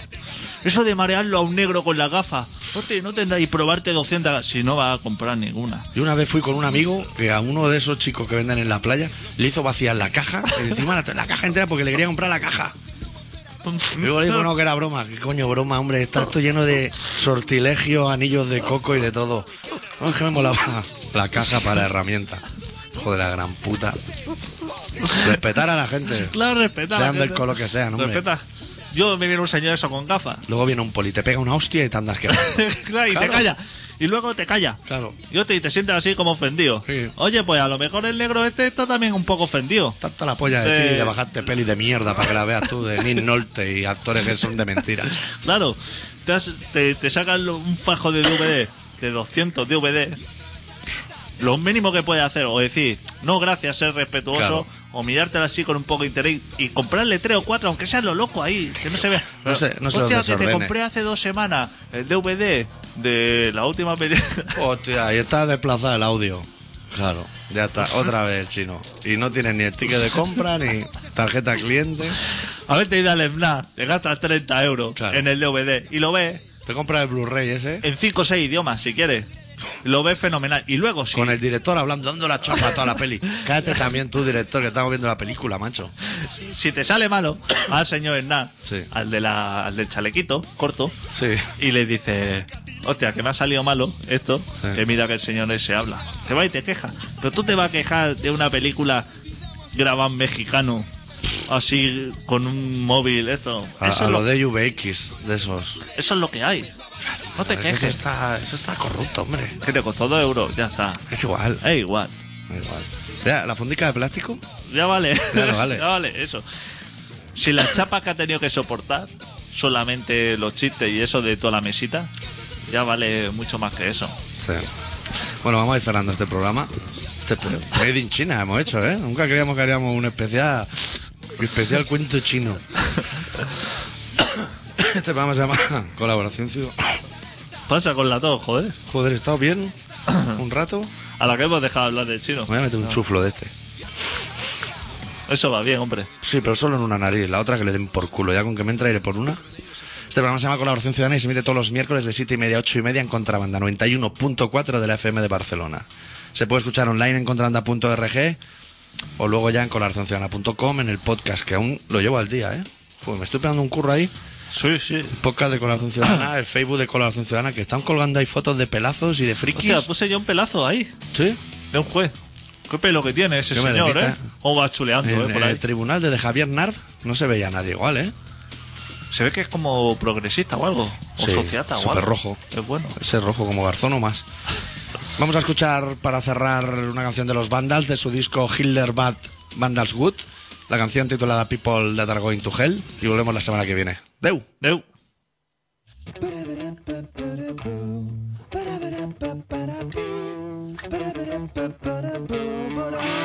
C: Eso de marearlo a un negro con las gafas. Hostia, no tendrás y probarte 200 gafas, si no vas a comprar ninguna.
B: Yo una vez fui con un amigo que a uno de esos chicos que venden en la playa le hizo vaciar la caja, encima la, la caja entera porque le quería comprar la caja. Y luego le digo, no, que era broma. ¿Qué coño broma, hombre? Está esto lleno de sortilegios, anillos de coco y de todo. No, es que me molaba la caja para herramientas. Hijo de la gran puta. Respetar a la gente.
C: Claro, respeta.
B: Sean del color que sean, hombre.
C: Respeta. Yo me viene un señor eso con gafas. *laughs*
B: Luego viene un poli, te pega una hostia y te andas que...
C: claro, y te
B: Claro.
C: calla. Y luego te calla.
B: Claro.
C: Y hostia, y te sientes así como ofendido.
B: Sí.
C: Oye, pues a lo mejor el negro este está también un poco ofendido.
B: Tanta la polla de ti y
C: Eh.
B: de bajarte peli de mierda para que la veas tú de Nick Nolte y actores que son de mentira.
C: Claro, te, has- te- te sacan lo- un fajo de DVD, de 200 DVD. Lo mínimo que puedes hacer, o decir, no gracias, ser respetuoso,
B: Claro.
C: o mirártela así con un poco de interés y comprarle tres o cuatro, aunque sean lo loco ahí, que no se vea.
B: *laughs* No sé- no se los
C: Hostia, que te
B: desordene.
C: compré hace dos semanas el DVD de la última película. *laughs*
B: Hostia, y está desplazado el audio. Claro. Ya está, otra vez el chino. Y no tienes ni el ticket de compra, ni tarjeta cliente.
C: A ver, te ido al FNAC, te gastas 30 euros
B: Claro.
C: en el DVD y lo ves
B: Te compras el Blu-ray ese.
C: en 5 o 6 idiomas, si quieres. Lo ves fenomenal. Y luego, si,
B: Con el director hablando, dando la chapa a toda la peli. Cállate también tú, director, que estamos viendo la película, macho.
C: si te sale
B: *coughs*
C: malo, al señor Hernán,
B: Sí.
C: al, de la, al del chalequito corto,
B: Sí.
C: y le dice, hostia, que me ha salido malo esto,
B: Sí.
C: que mira que el señor ese habla. Te va y te queja. Pero tú te vas a quejar de una película grabada en mexicano, así con un móvil, esto.
B: A,
C: eso,
B: a
C: es
B: lo
C: lo,
B: de UVX, de esos.
C: eso es lo que hay. No te
B: Eso
C: quejes.
B: está, eso está corrupto, hombre.
C: Que te costó dos euros, ya está.
B: Es igual.
C: Es igual.
B: Da igual. Mira, la fundica de plástico.
C: Ya vale.
B: Ya no vale.
C: *laughs* Ya vale, eso. Si las chapas que ha tenido que soportar, solamente los chistes y eso de toda la mesita, ya vale mucho más que eso.
B: Sí. Bueno, vamos a ir cerrando este programa. Este pro- Made in China hemos hecho, ¿eh? Nunca creíamos que haríamos un especial. un especial cuento chino. Este programa se llama Colaboración Ciudadana.
C: Pasa con la tos, joder.
B: Joder, ¿he estado bien? ¿Un rato?
C: A la que hemos dejado hablar del chino.
B: Me voy a meter un chuflo de este.
C: Eso va bien, hombre.
B: Sí, pero solo en una nariz, la otra que le den por culo. Ya con que me entra iré por una. Este programa se llama Colaboración Ciudadana y se emite todos los miércoles de 7 y media a 8 y media en Contrabanda 91.4 de la FM de Barcelona. Se puede escuchar online en contrabanda.org o luego ya en colaboracionciudadana.com en el podcast, que aún lo llevo al día, ¿eh? Joder, me estoy pegando un curro ahí.
C: Sí, sí.
B: Podcast de Colaboración *coughs* Ciudadana, el Facebook de Colaboración Ciudadana, que están colgando ahí fotos de pelazos y de frikis.
C: Hostia, puse yo un pelazo ahí,
B: ¿Sí?
C: de un juez. Qué pelo que tiene ese
B: Qué
C: señor,
B: maravilla.
C: ¿eh? Cómo va chuleando,
B: En
C: ¿eh? Por ahí.
B: el tribunal de Javier Nard no se veía nadie igual, ¿eh?
C: Se ve que es como progresista o algo. O
B: Sí,
C: sociata o algo.
B: superrojo.
C: Es bueno.
B: Ese rojo como Garzón o más. Vamos a escuchar para cerrar una canción de los Vandals de su disco Hilderbad Vandals Good, la canción titulada People That Are Going to Hell y volvemos la semana que viene. Deu.
C: Deu.
A: Ba-da-ba-da-ba-ba-da-boo. Ba-da-ba-da-ba-ba-da-boo. Ba-da-ba-da-ba-ba-da-boo. Ba-da-